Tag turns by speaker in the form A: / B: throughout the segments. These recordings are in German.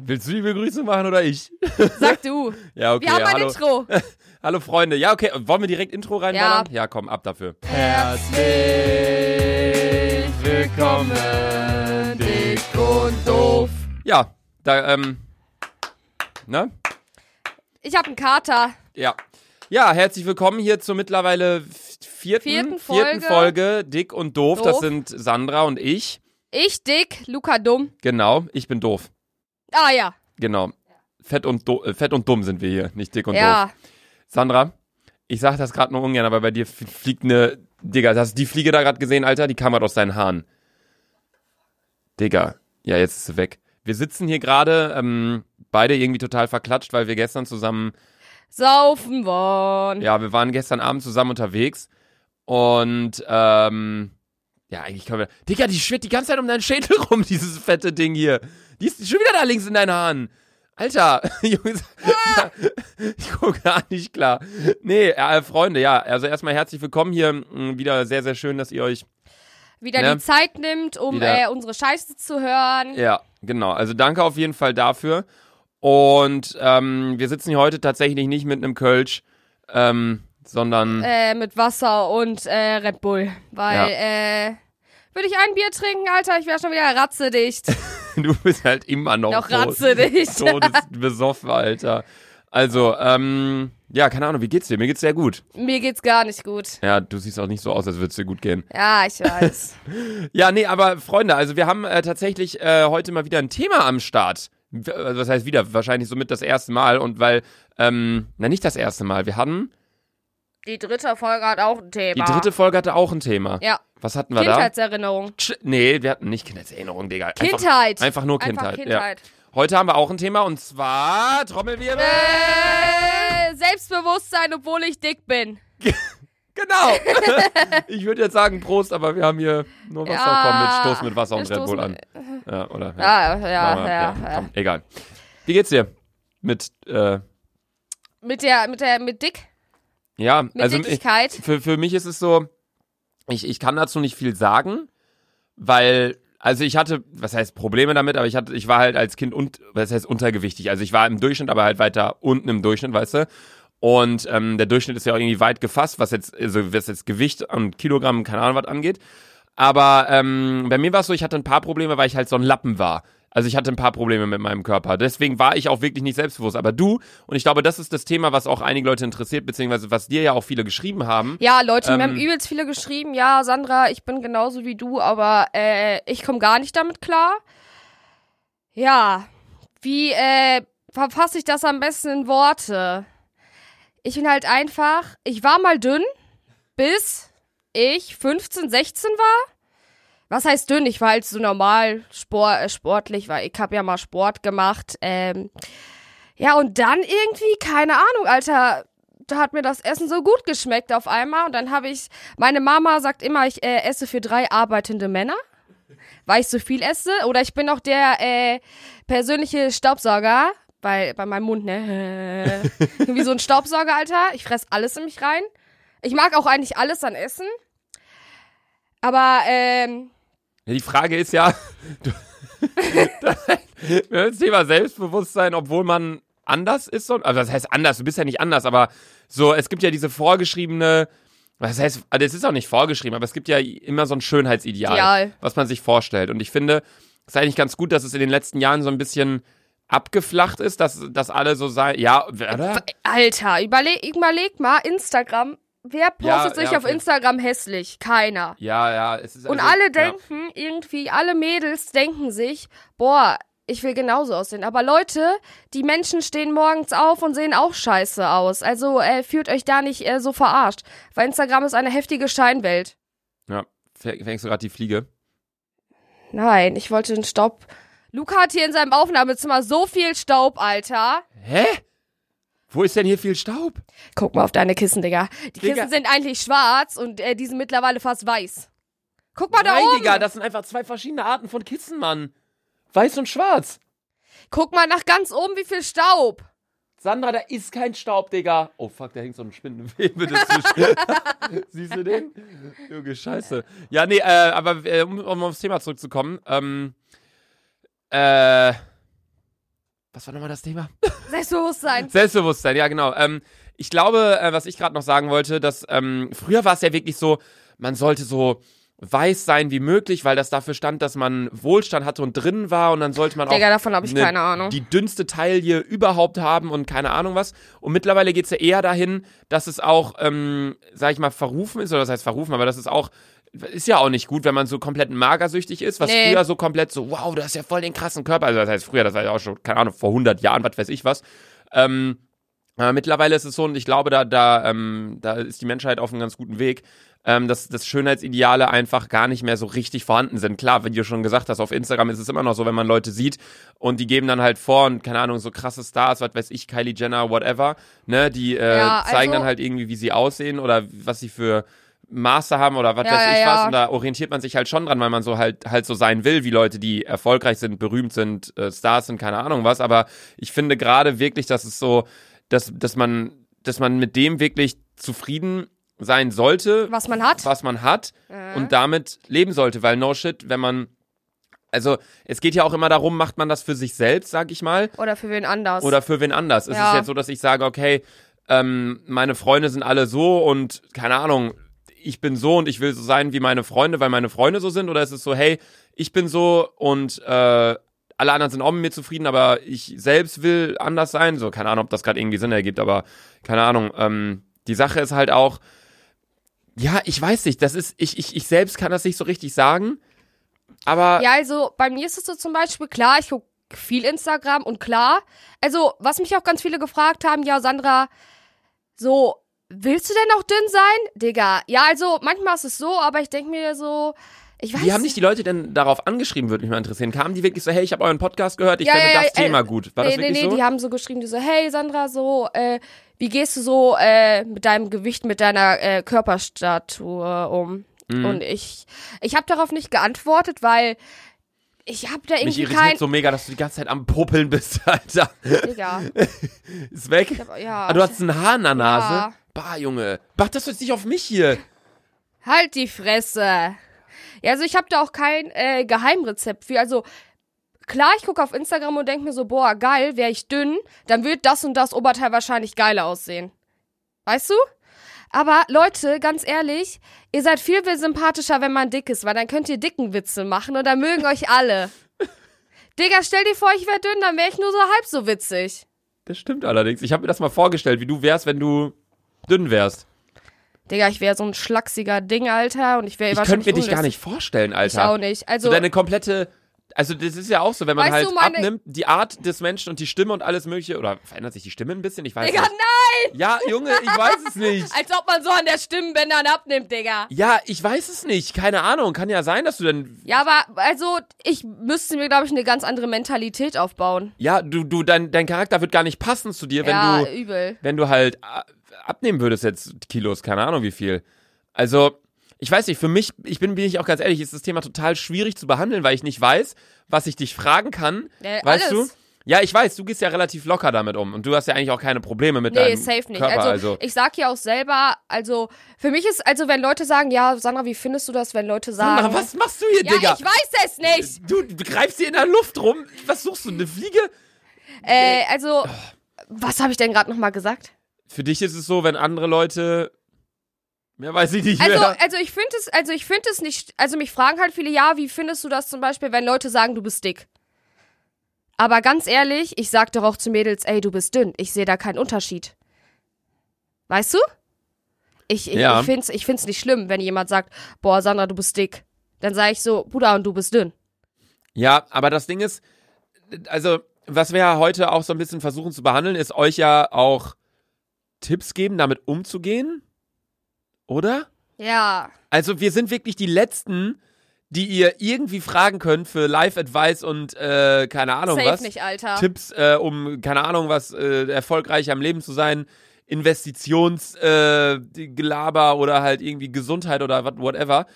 A: Willst du die Begrüßung machen oder ich?
B: Sag du.
A: Ja, okay.
B: Wir haben ein
A: hallo,
B: Intro.
A: hallo Freunde. Ja, okay. Wollen wir direkt Intro reinballern? Ja, komm, ab dafür.
B: Herzlich willkommen, dick und doof.
A: Ja, da, ähm. Ne?
B: Ich habe einen Kater.
A: Ja. Ja, herzlich willkommen hier zur mittlerweile vierten,
B: Vierten Folge.
A: Folge Dick und doof. Das
B: Doof.
A: sind Sandra und ich.
B: Ich dick, Luca dumm.
A: Genau, ich bin doof.
B: Ah ja.
A: Genau. Fett und, do äh, fett und dumm sind wir hier, nicht dick und doof.
B: ja.
A: Sandra, ich sag das gerade nur ungern, aber bei dir f- fliegt eine. Digga, hast du die Fliege da gerade gesehen, Alter? Die kam grad aus deinen Haaren. Digga, ja, jetzt ist sie weg. Wir sitzen hier gerade, ähm, beide irgendwie total verklatscht, weil wir gestern zusammen,
B: Saufen wollen.
A: ja, wir waren gestern Abend zusammen unterwegs und, ähm, ja, eigentlich können wir. Digga, die schwirrt die ganze Zeit um deinen Schädel rum, dieses fette Ding hier. Die ist schon wieder da links in deinen Haaren. Alter, Junge, ich gucke gar nicht klar. Nee, äh, Freunde, ja, also erstmal herzlich willkommen hier. m, Wieder sehr, sehr schön, dass ihr euch.
B: Wieder
A: Ne?
B: die Zeit nimmt, um
A: Wieder.
B: äh, unsere Scheiße zu hören.
A: Ja, genau. Also danke auf jeden Fall dafür. Und ähm, wir sitzen hier heute tatsächlich nicht mit einem Kölsch, ähm, sondern.
B: Äh, mit Wasser und äh, Red Bull. Weil, äh, würde ich ein Bier trinken, Alter, ich wäre schon wieder ratzedicht.
A: du bist halt immer noch.
B: Noch
A: tot-
B: ratzedicht.
A: Todesbesoffen, Alter. Also, ähm, ja, keine Ahnung, wie geht's dir? Mir geht's sehr gut.
B: Mir geht's gar nicht gut.
A: Ja, du siehst auch nicht so aus, als würd's dir gut gehen.
B: Ja, ich weiß.
A: Ja, nee, aber Freunde, also wir haben äh, tatsächlich äh, heute mal wieder ein Thema am Start. W- also Was heißt wieder? Wahrscheinlich somit das erste Mal und weil, ähm, na nicht das erste Mal, wir hatten,
B: Die dritte Folge hat auch ein
A: die
B: Thema.
A: dritte Folge hatte auch ein Thema.
B: Ja,
A: Was hatten wir da? Oh,
B: Kindheitserinnerung.
A: Tsch, nee, wir hatten nicht Kindheitserinnerung, Digga. Einfach,
B: Kindheit.
A: einfach nur Kindheit.
B: Einfach
A: Ja.
B: Kindheit.
A: Heute haben wir auch ein Thema und zwar Trommelwirbel.
B: Äh, Selbstbewusstsein, obwohl ich dick bin.
A: Genau. ich würde jetzt sagen Prost, aber wir haben hier nur Wasser.
B: Ja.
A: Komm, mit Stoß mit Wasser und
B: Wir
A: Red Bull an.
B: stoßen-
A: Ja, oder?
B: Ah, Ja, ja,
A: Machen
B: ja.
A: wir,
B: ja,
A: komm, Egal. Wie geht's dir? Mit, äh,
B: Mit der, mit der, mit Dick,
A: Ja,
B: mit
A: also ich,
B: Dickigkeit.
A: für, für mich ist es so, ich, ich kann dazu nicht viel sagen, weil, also ich hatte, was heißt Probleme damit, aber ich hatte, ich war halt als Kind und, was heißt untergewichtig. Also ich war im Durchschnitt, aber halt weiter unten im Durchschnitt, weißt du? Und ähm, der Durchschnitt ist ja auch irgendwie weit gefasst, was jetzt, also was jetzt Gewicht und Kilogramm, keine Ahnung was angeht. Aber ähm, bei mir war es so, ich hatte ein paar Probleme, weil ich halt so ein Lappen war. Also ich hatte ein paar Probleme mit meinem Körper. Deswegen war ich auch wirklich nicht selbstbewusst. Aber du, und ich glaube, das ist das Thema, was auch einige Leute interessiert, beziehungsweise was dir ja auch viele geschrieben haben.
B: Ja, Leute,
A: Ähm,
B: mir haben übelst viele geschrieben, ja, Sandra, ich bin genauso wie du, aber äh, ich komme gar nicht damit klar. Ja, wie äh, verfasse ich das am besten in Worte? Ich bin halt einfach, ich war mal dünn, bis ich 15, 16 war. Was heißt dünn? Ich war halt so normal spor äh, sportlich, weil ich habe ja mal Sport gemacht. Ähm, ja, und dann irgendwie, keine Ahnung, Alter, da hat mir das Essen so gut geschmeckt auf einmal. Und dann habe ich, meine Mama sagt immer, ich äh, esse für drei arbeitende Männer, weil ich so viel esse. Oder ich bin auch der äh, persönliche Staubsauger, weil bei meinem Mund, ne? Wie so ein Staubsauger, Alter. Ich fress alles in mich rein. Ich mag auch eigentlich alles an Essen. Aber, ähm,
A: Ja, die Frage ist ja, du, das Thema Selbstbewusstsein, obwohl man anders ist, so- also das heißt anders, du bist ja nicht anders, aber so, es gibt ja diese vorgeschriebene, was heißt, also es ist auch nicht vorgeschrieben, aber es gibt ja immer so ein Schönheitsideal,
B: Ideal.
A: was man sich vorstellt. Und ich finde, es ist eigentlich ganz gut, dass es in den letzten Jahren so ein bisschen abgeflacht ist, dass, dass alle so sein, ja, oder?
B: Alter, überleg, überleg mal, Instagram. Wer
A: Ja,
B: postet sich
A: ja,
B: auf
A: okay.
B: Instagram hässlich? Keiner.
A: Ja, ja, es ist
B: Und
A: also-
B: alle
A: ja.
B: denken irgendwie, alle Mädels denken sich, boah, ich will genauso aussehen. Aber Leute, die Menschen stehen morgens auf und sehen auch scheiße aus. Also äh, fühlt euch da nicht äh, so verarscht. Weil Instagram ist eine heftige Scheinwelt.
A: Ja, fäng- fängst du gerade die Fliege?
B: Nein, ich wollte den Staub. Luca hat hier in seinem Aufnahmezimmer so viel Staub, Alter.
A: Hä? Wo ist denn hier viel Staub?
B: Guck mal auf deine Kissen, Digga. Die
A: Digga.
B: Kissen sind eigentlich schwarz und äh, die sind mittlerweile fast weiß. Guck mal da
A: Nein,
B: oben.
A: Digga, das sind einfach zwei verschiedene Arten von Kissen, Mann. Weiß und schwarz.
B: Guck mal nach ganz oben, wie viel Staub.
A: Sandra, da ist kein Staub, Digga. Oh fuck, da hängt so ein Spinnenwebe dazwischen. Siehst du den? Junge, scheiße. Ja, nee, äh, aber äh, um, um aufs Thema zurückzukommen, ähm, äh, was war nochmal das Thema?
B: Selbstbewusstsein.
A: Selbstbewusstsein, ja, genau. Ähm, ich glaube, äh, was ich gerade noch sagen wollte, dass ähm, früher war es ja wirklich so, man sollte so weiß sein wie möglich, weil das dafür stand, dass man Wohlstand hatte und drin war und dann sollte man
B: Digga,
A: auch
B: davon habe ich
A: ne-
B: keine Ahnung.
A: die dünnste Taille überhaupt haben und keine Ahnung was. Und mittlerweile geht's ja eher dahin, dass es auch, ähm, sag ich mal, verrufen ist, oder das heißt verrufen, aber das ist auch, ist ja auch nicht gut, wenn man so komplett magersüchtig ist, was
B: Nee.
A: früher so komplett so, wow, du hast ja voll den krassen Körper, also das heißt früher, das war ja auch schon, keine Ahnung, vor 100 Jahren, was weiß ich was. Ähm, aber mittlerweile ist es so, und ich glaube, da, da, ähm, da ist die Menschheit auf einem ganz guten Weg, ähm, dass, dass Schönheitsideale einfach gar nicht mehr so richtig vorhanden sind. Klar, wenn du schon gesagt hast, auf Instagram ist es immer noch so, wenn man Leute sieht und die geben dann halt vor und keine Ahnung, so krasse Stars, was weiß ich, Kylie Jenner, whatever, ne, die äh,
B: Ja, also-
A: zeigen dann halt irgendwie, wie sie aussehen oder was sie für Master haben oder was
B: Ja,
A: weiß
B: ja,
A: ich
B: ja.
A: was. Und da orientiert man sich halt schon dran, weil man so halt halt so sein will, wie Leute, die erfolgreich sind, berühmt sind, äh, Stars sind, keine Ahnung was. Aber ich finde gerade wirklich, dass es so, dass, dass man, dass man mit dem wirklich zufrieden sein sollte,
B: Was man hat.
A: was man hat
B: Äh.
A: und damit leben sollte, weil no shit, wenn man also es geht ja auch immer darum, macht man das für sich selbst, sag ich mal,
B: Oder für wen anders.
A: oder für wen anders. Es
B: Ja.
A: ist jetzt so, dass ich sage, okay, ähm, meine Freunde sind alle so und keine Ahnung, ich bin so und ich will so sein wie meine Freunde, weil meine Freunde so sind. Oder ist es so, hey, ich bin so und äh, alle anderen sind auch mit mir zufrieden, aber ich selbst will anders sein. So, keine Ahnung, ob das gerade irgendwie Sinn ergibt, aber keine Ahnung. Ähm, die Sache ist halt auch, ja, ich weiß nicht, das ist, ich, ich, ich selbst kann das nicht so richtig sagen, aber
B: Ja, also bei mir ist es so zum Beispiel, klar, ich gucke viel Instagram und klar, also was mich auch ganz viele gefragt haben, ja, Sandra, so, willst du denn auch dünn sein? Digga, ja, also manchmal ist es so, aber ich denke mir so, ich weiß
A: Wie haben dich die Leute denn darauf angeschrieben, würde mich mal interessieren. Kamen die wirklich so, hey, ich habe euren Podcast gehört, ich finde das
B: äh,
A: Thema gut. War
B: nee,
A: das wirklich
B: nee, nee,
A: so?
B: die haben so geschrieben, die so, hey Sandra, so, äh, wie gehst du so äh, mit deinem Gewicht, mit deiner äh, Körperstatur um?
A: Mhm.
B: Und ich, ich habe darauf nicht geantwortet, weil ich habe da
A: mich
B: irgendwie
A: irritiert
B: kein...
A: so mega, dass du die ganze Zeit am Popeln bist, Alter.
B: Digga,
A: Ist weg.
B: ja.
A: ah, du hast einen Haar in der Nase.
B: Ja.
A: Bah, Junge. Mach das jetzt nicht auf mich hier.
B: Halt die Fresse. Ja, also ich habe da auch kein äh, Geheimrezept für. Also klar, ich gucke auf Instagram und denke mir so, boah, geil, wäre ich dünn, dann wird das und das Oberteil wahrscheinlich geiler aussehen. Weißt du? Aber Leute, ganz ehrlich, ihr seid viel, viel sympathischer, wenn man dick ist, weil dann könnt ihr dicken Witze machen und dann mögen euch alle. Digga, stell dir vor, ich wäre dünn, dann wäre ich nur so halb so witzig.
A: Das stimmt allerdings. Ich habe mir das mal vorgestellt, wie du wärst, wenn du dünn wärst.
B: Digga, ich wäre so ein schlachsiger Ding, Alter, und ich wäre
A: Ich könnte
B: wahrscheinlich
A: mir dich gar
B: unwitzig.
A: nicht vorstellen,
B: Ich auch
A: Alter.
B: nicht.
A: So
B: Also,
A: deine komplette. Also das ist ja auch so, wenn man
B: Weißt
A: halt
B: du, meine-
A: abnimmt, die Art des Menschen und die Stimme und alles mögliche, oder verändert sich die Stimme ein bisschen? Ich weiß
B: Digga,
A: nicht. Ja, Junge, ich weiß es nicht.
B: Als ob man so an der Stimmbändern abnimmt, Digga.
A: Ja, ich weiß es nicht. Keine Ahnung. Kann ja sein, dass du dann.
B: Ja, aber also ich müsste mir, glaube ich, eine ganz andere Mentalität aufbauen.
A: Ja, du, du, dein, dein Charakter wird gar nicht passen zu dir, wenn
B: ja, äh,
A: du,
B: übel.
A: wenn du halt a- abnehmen würdest jetzt Kilos, keine Ahnung wie viel. Also, ich weiß nicht, für mich, ich bin, bin ich auch ganz ehrlich, ist das Thema total schwierig zu behandeln, weil ich nicht weiß, was ich dich fragen kann.
B: Äh,
A: weißt
B: alles.
A: du? Ja, ich weiß, du gehst ja relativ locker damit um und du hast ja eigentlich auch keine Probleme mit
B: Nee,
A: deinem
B: safe nicht.
A: Körper.
B: also,
A: Also,
B: ich sag ja auch selber, also für mich ist, also wenn Leute sagen, ja, Sandra, wie findest du das, wenn Leute sagen.
A: Sandra, was machst du hier,
B: ja,
A: Digga?
B: ich weiß es nicht.
A: Du greifst hier in der Luft rum. Was suchst du, eine Fliege?
B: Äh, also,
A: oh.
B: was habe ich denn gerade nochmal gesagt?
A: für dich ist es so, wenn andere Leute. Mehr weiß ich nicht
B: Also,
A: mehr.
B: also ich finde es, also ich finde es nicht, also mich fragen halt viele, ja, wie findest du das zum Beispiel, wenn Leute sagen, du bist dick? Aber ganz ehrlich, ich sag doch auch zu Mädels, ey, du bist dünn. Ich sehe da keinen Unterschied. Weißt du? Ich, ich,
A: Ja.
B: ich finde es ich find's nicht schlimm, wenn jemand sagt, boah, Sandra, du bist dick. Dann sage ich so, Bruder, und du bist dünn.
A: Ja, aber das Ding ist, also, was wir ja heute auch so ein bisschen versuchen zu behandeln, ist euch ja auch Tipps geben, damit umzugehen. Oder?
B: Ja.
A: Also, wir sind wirklich die Letzten, die ihr irgendwie fragen könnt für Live-Advice und äh, keine Ahnung
B: Safe
A: was.
B: nicht, Alter.
A: Tipps, äh, um, keine Ahnung, was äh, erfolgreich am Leben zu sein, Investitionsgelaber äh, Gelaber oder halt irgendwie Gesundheit oder what- whatever.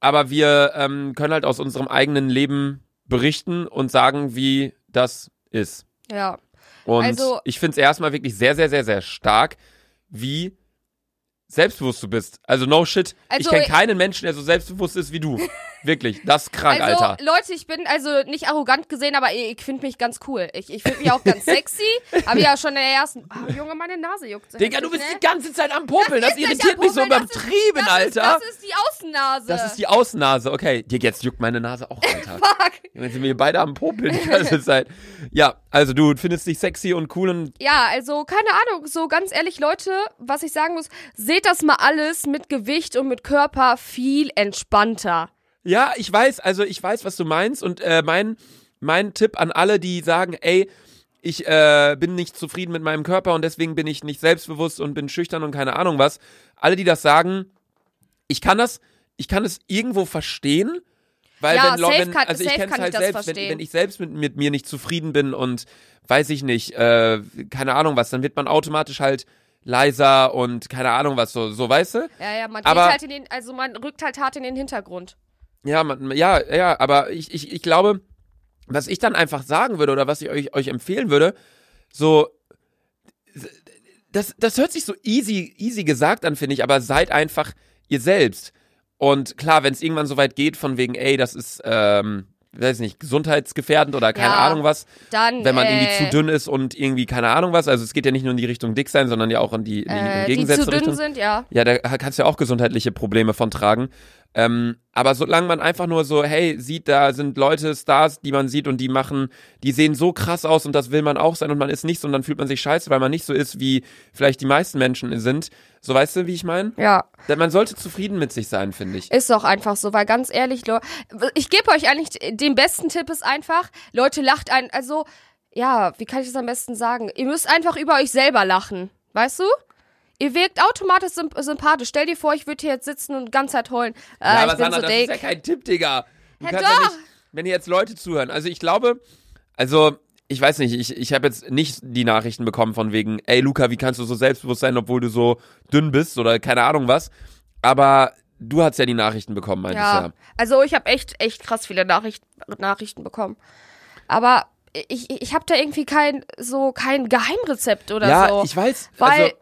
A: Aber wir ähm, können halt aus unserem eigenen Leben berichten und sagen, wie das ist.
B: Ja.
A: Und
B: Also-
A: ich finde es erstmal wirklich sehr, sehr, sehr, sehr stark, wie selbstbewusst du bist. Also no shit. ich
B: Also,
A: kenne
B: ich-
A: keinen Menschen, der so selbstbewusst ist wie du. Wirklich, das ist krank,
B: also,
A: Alter.
B: Leute, ich bin also nicht arrogant gesehen, aber ich, ich finde mich ganz cool. Ich, ich finde mich auch ganz sexy. Hab ich ja schon in der ersten. Ah, Junge, meine Nase juckt. so
A: Digga, du
B: heftig,
A: bist
B: ne?
A: die ganze Zeit am Popeln. Das,
B: ist nicht
A: irritiert
B: am
A: mich so
B: Popeln, das ist-
A: übertrieben,
B: das
A: Alter.
B: Ist, das ist die Außennase.
A: Das ist die Außennase, okay. Dir jetzt juckt meine Nase auch, Alter.
B: Fuck.
A: Jetzt sind wir hier beide am Popeln die ganze Zeit. Ja, also du findest dich sexy und cool und
B: Ja, also keine Ahnung, so ganz ehrlich, Leute, was ich sagen muss, seht das mal alles mit Gewicht und mit Körper viel entspannter.
A: Ja, ich weiß, also ich weiß, was du meinst und äh, mein, mein Tipp an alle, die sagen, ey, ich äh, bin nicht zufrieden mit meinem Körper und deswegen bin ich nicht selbstbewusst und bin schüchtern und keine Ahnung was. Alle, die das sagen, ich kann das, ich kann es irgendwo verstehen, weil
B: Ja,
A: wenn, Lo-
B: safe
A: wenn
B: kann-
A: also ich
B: safe
A: kenn's
B: kann ich
A: halt
B: das
A: selbst, wenn,
B: verstehen.
A: wenn ich selbst mit, mit mir nicht zufrieden bin und weiß ich nicht, äh, keine Ahnung was, dann wird man automatisch halt leiser und keine Ahnung was, so, so weißt du?
B: Ja, ja, man geht
A: Aber-
B: halt in den, also man rückt halt hart in den Hintergrund.
A: Ja, man, ja, ja, aber ich, ich, ich glaube, was ich dann einfach sagen würde oder was ich euch, euch empfehlen würde, so, das, das hört sich so easy, easy gesagt an, finde ich, aber seid einfach ihr selbst. Und klar, wenn es irgendwann so weit geht, von wegen, ey, das ist, ähm, weiß nicht, gesundheitsgefährdend oder keine
B: Ja.
A: Ahnung was,
B: Dann,
A: wenn man
B: äh,
A: irgendwie zu dünn ist und irgendwie keine Ahnung was, also es geht ja nicht nur in die Richtung dick sein, sondern ja auch in die, in die
B: äh, die
A: Gegensätze
B: zu dünn
A: Richtung.
B: sind, ja.
A: Ja, da kannst du ja auch gesundheitliche Probleme von tragen. Ähm, aber solange man einfach nur so, hey, sieht, da sind Leute, Stars, die man sieht und die machen, die sehen so krass aus und das will man auch sein und man ist nichts und dann fühlt man sich scheiße, weil man nicht so ist, wie vielleicht die meisten Menschen sind. So weißt du, wie ich meine?
B: Ja,
A: Denn man sollte zufrieden mit sich sein, finde ich.
B: ist doch einfach so, weil ganz ehrlich, Leute, ich gebe euch eigentlich den besten Tipp ist einfach, Leute lacht ein, also ja, wie kann ich das am besten sagen? Ihr müsst einfach über euch selber lachen, weißt du? Ihr wirkt automatisch symp sympathisch. Stell dir vor, ich würde hier jetzt sitzen und die ganze Zeit heulen. Ah, ich bin
A: Sandra,
B: so
A: das ist
B: dick.
A: ja kein Tipp, Digga. Du
B: Ja,
A: kannst ja
B: doch.
A: nicht, wenn hier jetzt Leute zuhören. Also ich glaube, also ich weiß nicht, ich, ich habe jetzt nicht die Nachrichten bekommen von wegen, ey Luca, wie kannst du so selbstbewusst sein, obwohl du so dünn bist oder keine Ahnung was. Aber du hast ja die Nachrichten bekommen, meinst
B: Ja.
A: ja.
B: Also ich habe echt, echt krass viele Nachricht, Nachrichten bekommen. Aber ich, ich habe da irgendwie kein so kein Geheimrezept oder
A: ja,
B: so.
A: ich weiß.
B: Weil-
A: also,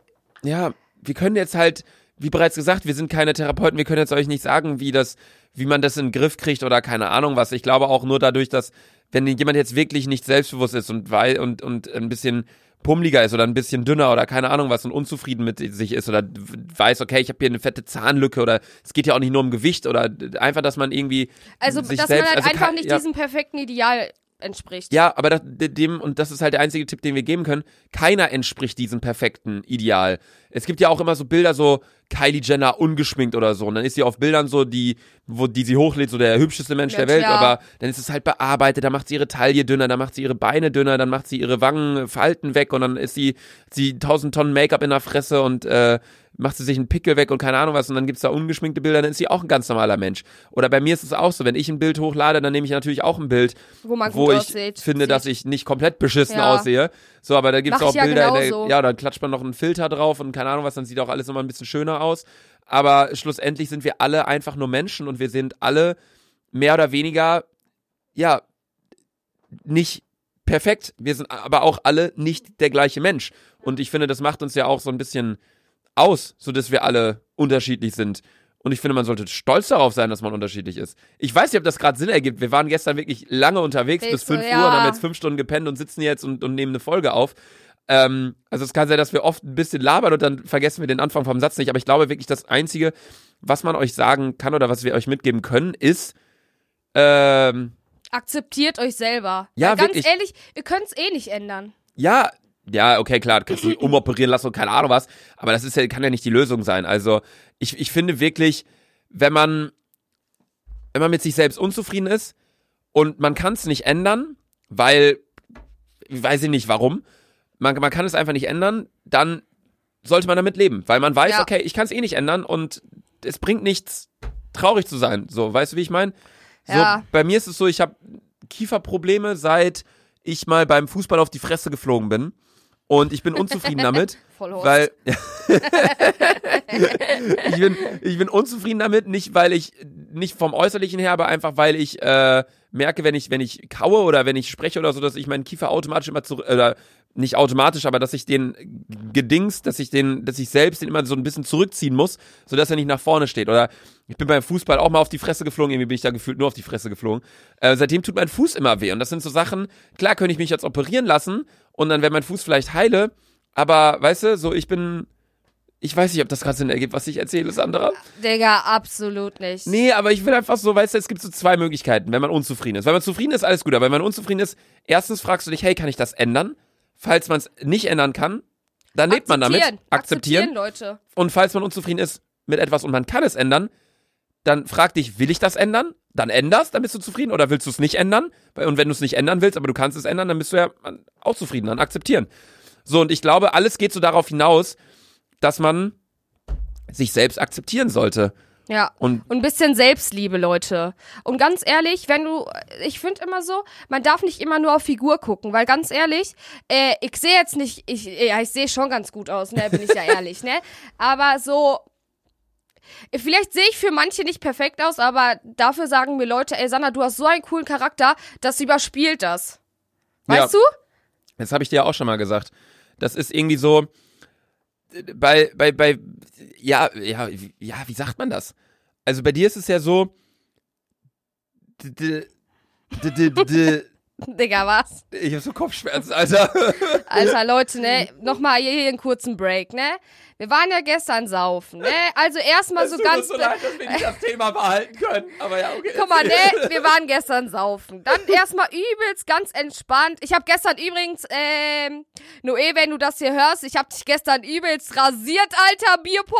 A: ja, wir können jetzt halt, wie bereits gesagt, wir sind keine Therapeuten, wir können jetzt euch nicht sagen, wie das, wie man das in den Griff kriegt oder keine Ahnung was. Ich glaube auch nur dadurch, dass, wenn jemand jetzt wirklich nicht selbstbewusst ist und weil und, und ein bisschen pummeliger ist oder ein bisschen dünner oder keine Ahnung was und unzufrieden mit sich ist oder w- weiß, okay, ich habe hier eine fette Zahnlücke oder es geht ja auch nicht nur um Gewicht oder einfach, dass man irgendwie
B: also
A: sich
B: dass
A: selbst,
B: man halt
A: also
B: einfach
A: kein-
B: nicht
A: ja.
B: diesem perfekten Ideal entspricht.
A: Ja, aber das, de- dem, und das ist halt der einzige Tipp, den wir geben können, keiner entspricht diesem perfekten Ideal. Es gibt ja auch immer so Bilder, so Kylie Jenner ungeschminkt oder so. Und dann ist sie auf Bildern so, die, wo, die sie hochlädt, so der hübscheste Mensch der
B: Mensch,
A: Welt,
B: ja.
A: aber dann ist es halt bearbeitet, dann macht sie ihre Taille dünner, dann macht sie ihre Beine dünner, dann macht sie ihre Wangen, äh, Falten weg und dann ist sie, sie tausend Tonnen Make-up in der Fresse und äh, macht sie sich einen Pickel weg und keine Ahnung was und dann gibt's da ungeschminkte Bilder, dann ist sie auch ein ganz normaler Mensch. Oder bei mir ist es auch so, wenn ich ein Bild hochlade, dann nehme ich natürlich auch ein Bild,
B: Wo man
A: wo
B: gut
A: ich
B: aussieht,
A: finde,
B: sieht.
A: dass ich nicht komplett beschissen
B: Ja.
A: aussehe. So, aber da gibt's
B: Mach ich
A: auch
B: ja
A: Bilder, in der,
B: genauso.
A: ja, dann klatscht man noch einen Filter drauf und keine Ahnung was, dann sieht auch alles nochmal ein bisschen schöner aus. Aber schlussendlich sind wir alle einfach nur Menschen und wir sind alle mehr oder weniger, ja, nicht perfekt. Wir sind aber auch alle nicht der gleiche Mensch. Und ich finde, das macht uns ja auch so ein bisschen aus, sodass wir alle unterschiedlich sind. Und ich finde, man sollte stolz darauf sein, dass man unterschiedlich ist. Ich weiß nicht, ob das gerade Sinn ergibt. Wir waren gestern wirklich lange unterwegs bis
B: Willst du-
A: 5 Uhr
B: ja.
A: und haben jetzt fünf Stunden gepennt und sitzen jetzt und, und nehmen eine Folge auf. Ähm, also es kann sein, dass wir oft ein bisschen labern und dann vergessen wir den Anfang vom Satz nicht. Aber ich glaube wirklich, das Einzige, was man euch sagen kann oder was wir euch mitgeben können, ist, ähm,
B: Akzeptiert euch selber.
A: Ja,
B: Weil ganz
A: wirklich.
B: ehrlich, ihr könnt's eh nicht ändern.
A: Ja, ja, okay, klar, du kannst du umoperieren lassen und keine Ahnung was, aber das ist ja, kann ja nicht die Lösung sein. Also, ich, ich finde wirklich, wenn man, wenn man mit sich selbst unzufrieden ist und man kann es nicht ändern, weil, weiß ich nicht warum, man, man kann es einfach nicht ändern, dann sollte man damit leben, weil man weiß,
B: Ja.
A: okay, ich kann es eh nicht ändern und es bringt nichts, traurig zu sein. So, weißt du, wie ich meine? So,
B: Ja.
A: Bei mir ist es so, ich habe Kieferprobleme, seit ich mal beim Fußball auf die Fresse geflogen bin. Und ich bin unzufrieden damit.
B: Vollhorst.
A: Weil ich, bin, ich bin unzufrieden damit, nicht weil ich nicht vom Äußerlichen her, aber einfach weil ich äh, merke, wenn ich, wenn ich kaue oder wenn ich spreche oder so, dass ich meinen Kiefer automatisch immer zurück, oder nicht automatisch, aber dass ich den gedings, dass ich den, dass ich selbst den immer so ein bisschen zurückziehen muss, sodass er nicht nach vorne steht. Oder ich bin beim Fußball auch mal auf die Fresse geflogen, irgendwie bin ich da gefühlt nur auf die Fresse geflogen. Äh, seitdem tut mein Fuß immer weh. Und das sind so Sachen, klar könnte ich mich jetzt operieren lassen und dann wäre mein Fuß vielleicht heile, aber weißt du, so ich bin. Ich weiß nicht, ob das gerade Sinn ergibt, was ich erzähle, Sandra.
B: Digga, absolut nicht.
A: Nee, aber ich will einfach so, weißt du, es gibt so zwei Möglichkeiten, wenn man unzufrieden ist. Wenn man zufrieden ist, alles gut, aber wenn man unzufrieden ist, erstens fragst du dich, hey, kann ich das ändern? Falls man es nicht ändern kann, dann lebt man damit.
B: Akzeptieren, akzeptieren, Leute.
A: Und falls man unzufrieden ist mit etwas und man kann es ändern, dann frag dich, will ich das ändern? Dann änderst, dann bist du zufrieden oder willst du es nicht ändern? Und wenn du es nicht ändern willst, aber du kannst es ändern, dann bist du ja äh, auch zufrieden, dann akzeptieren. So, und ich glaube, alles geht so darauf hinaus, dass man sich selbst akzeptieren sollte.
B: Ja.
A: Und
B: Und ein bisschen Selbstliebe, Leute. Und ganz ehrlich, wenn du, ich finde immer so, man darf nicht immer nur auf Figur gucken, weil ganz ehrlich, äh, ich sehe jetzt nicht, ich, ja, ich sehe schon ganz gut aus, ne, bin ich ja ehrlich, ne? Aber so, vielleicht sehe ich für manche nicht perfekt aus, aber dafür sagen mir Leute, ey Sanna, du hast so einen coolen Charakter, das überspielt das. Weißt
A: Ja.
B: du?
A: das habe ich dir ja auch schon mal gesagt. Das ist irgendwie so äh, bei, bei, bei, ja, ja, ja, wie sagt man das? Also bei dir ist es ja so. d- d- d- d- d-
B: Digga, was?
A: Ich habe so Kopfschmerzen, Alter.
B: Alter, Leute, ne? Nochmal hier, hier einen kurzen Break, ne? Wir waren ja gestern saufen, ne? Also erstmal so
A: Tut uns
B: ganz.
A: so leid, dass wir nicht das Thema behalten können. Aber ja, okay.
B: Guck mal, ne, wir waren gestern saufen. Dann erstmal übelst ganz entspannt. Ich habe gestern übrigens, ähm, Noe, wenn du das hier hörst, ich habe dich gestern übelst rasiert, alter Bierpong.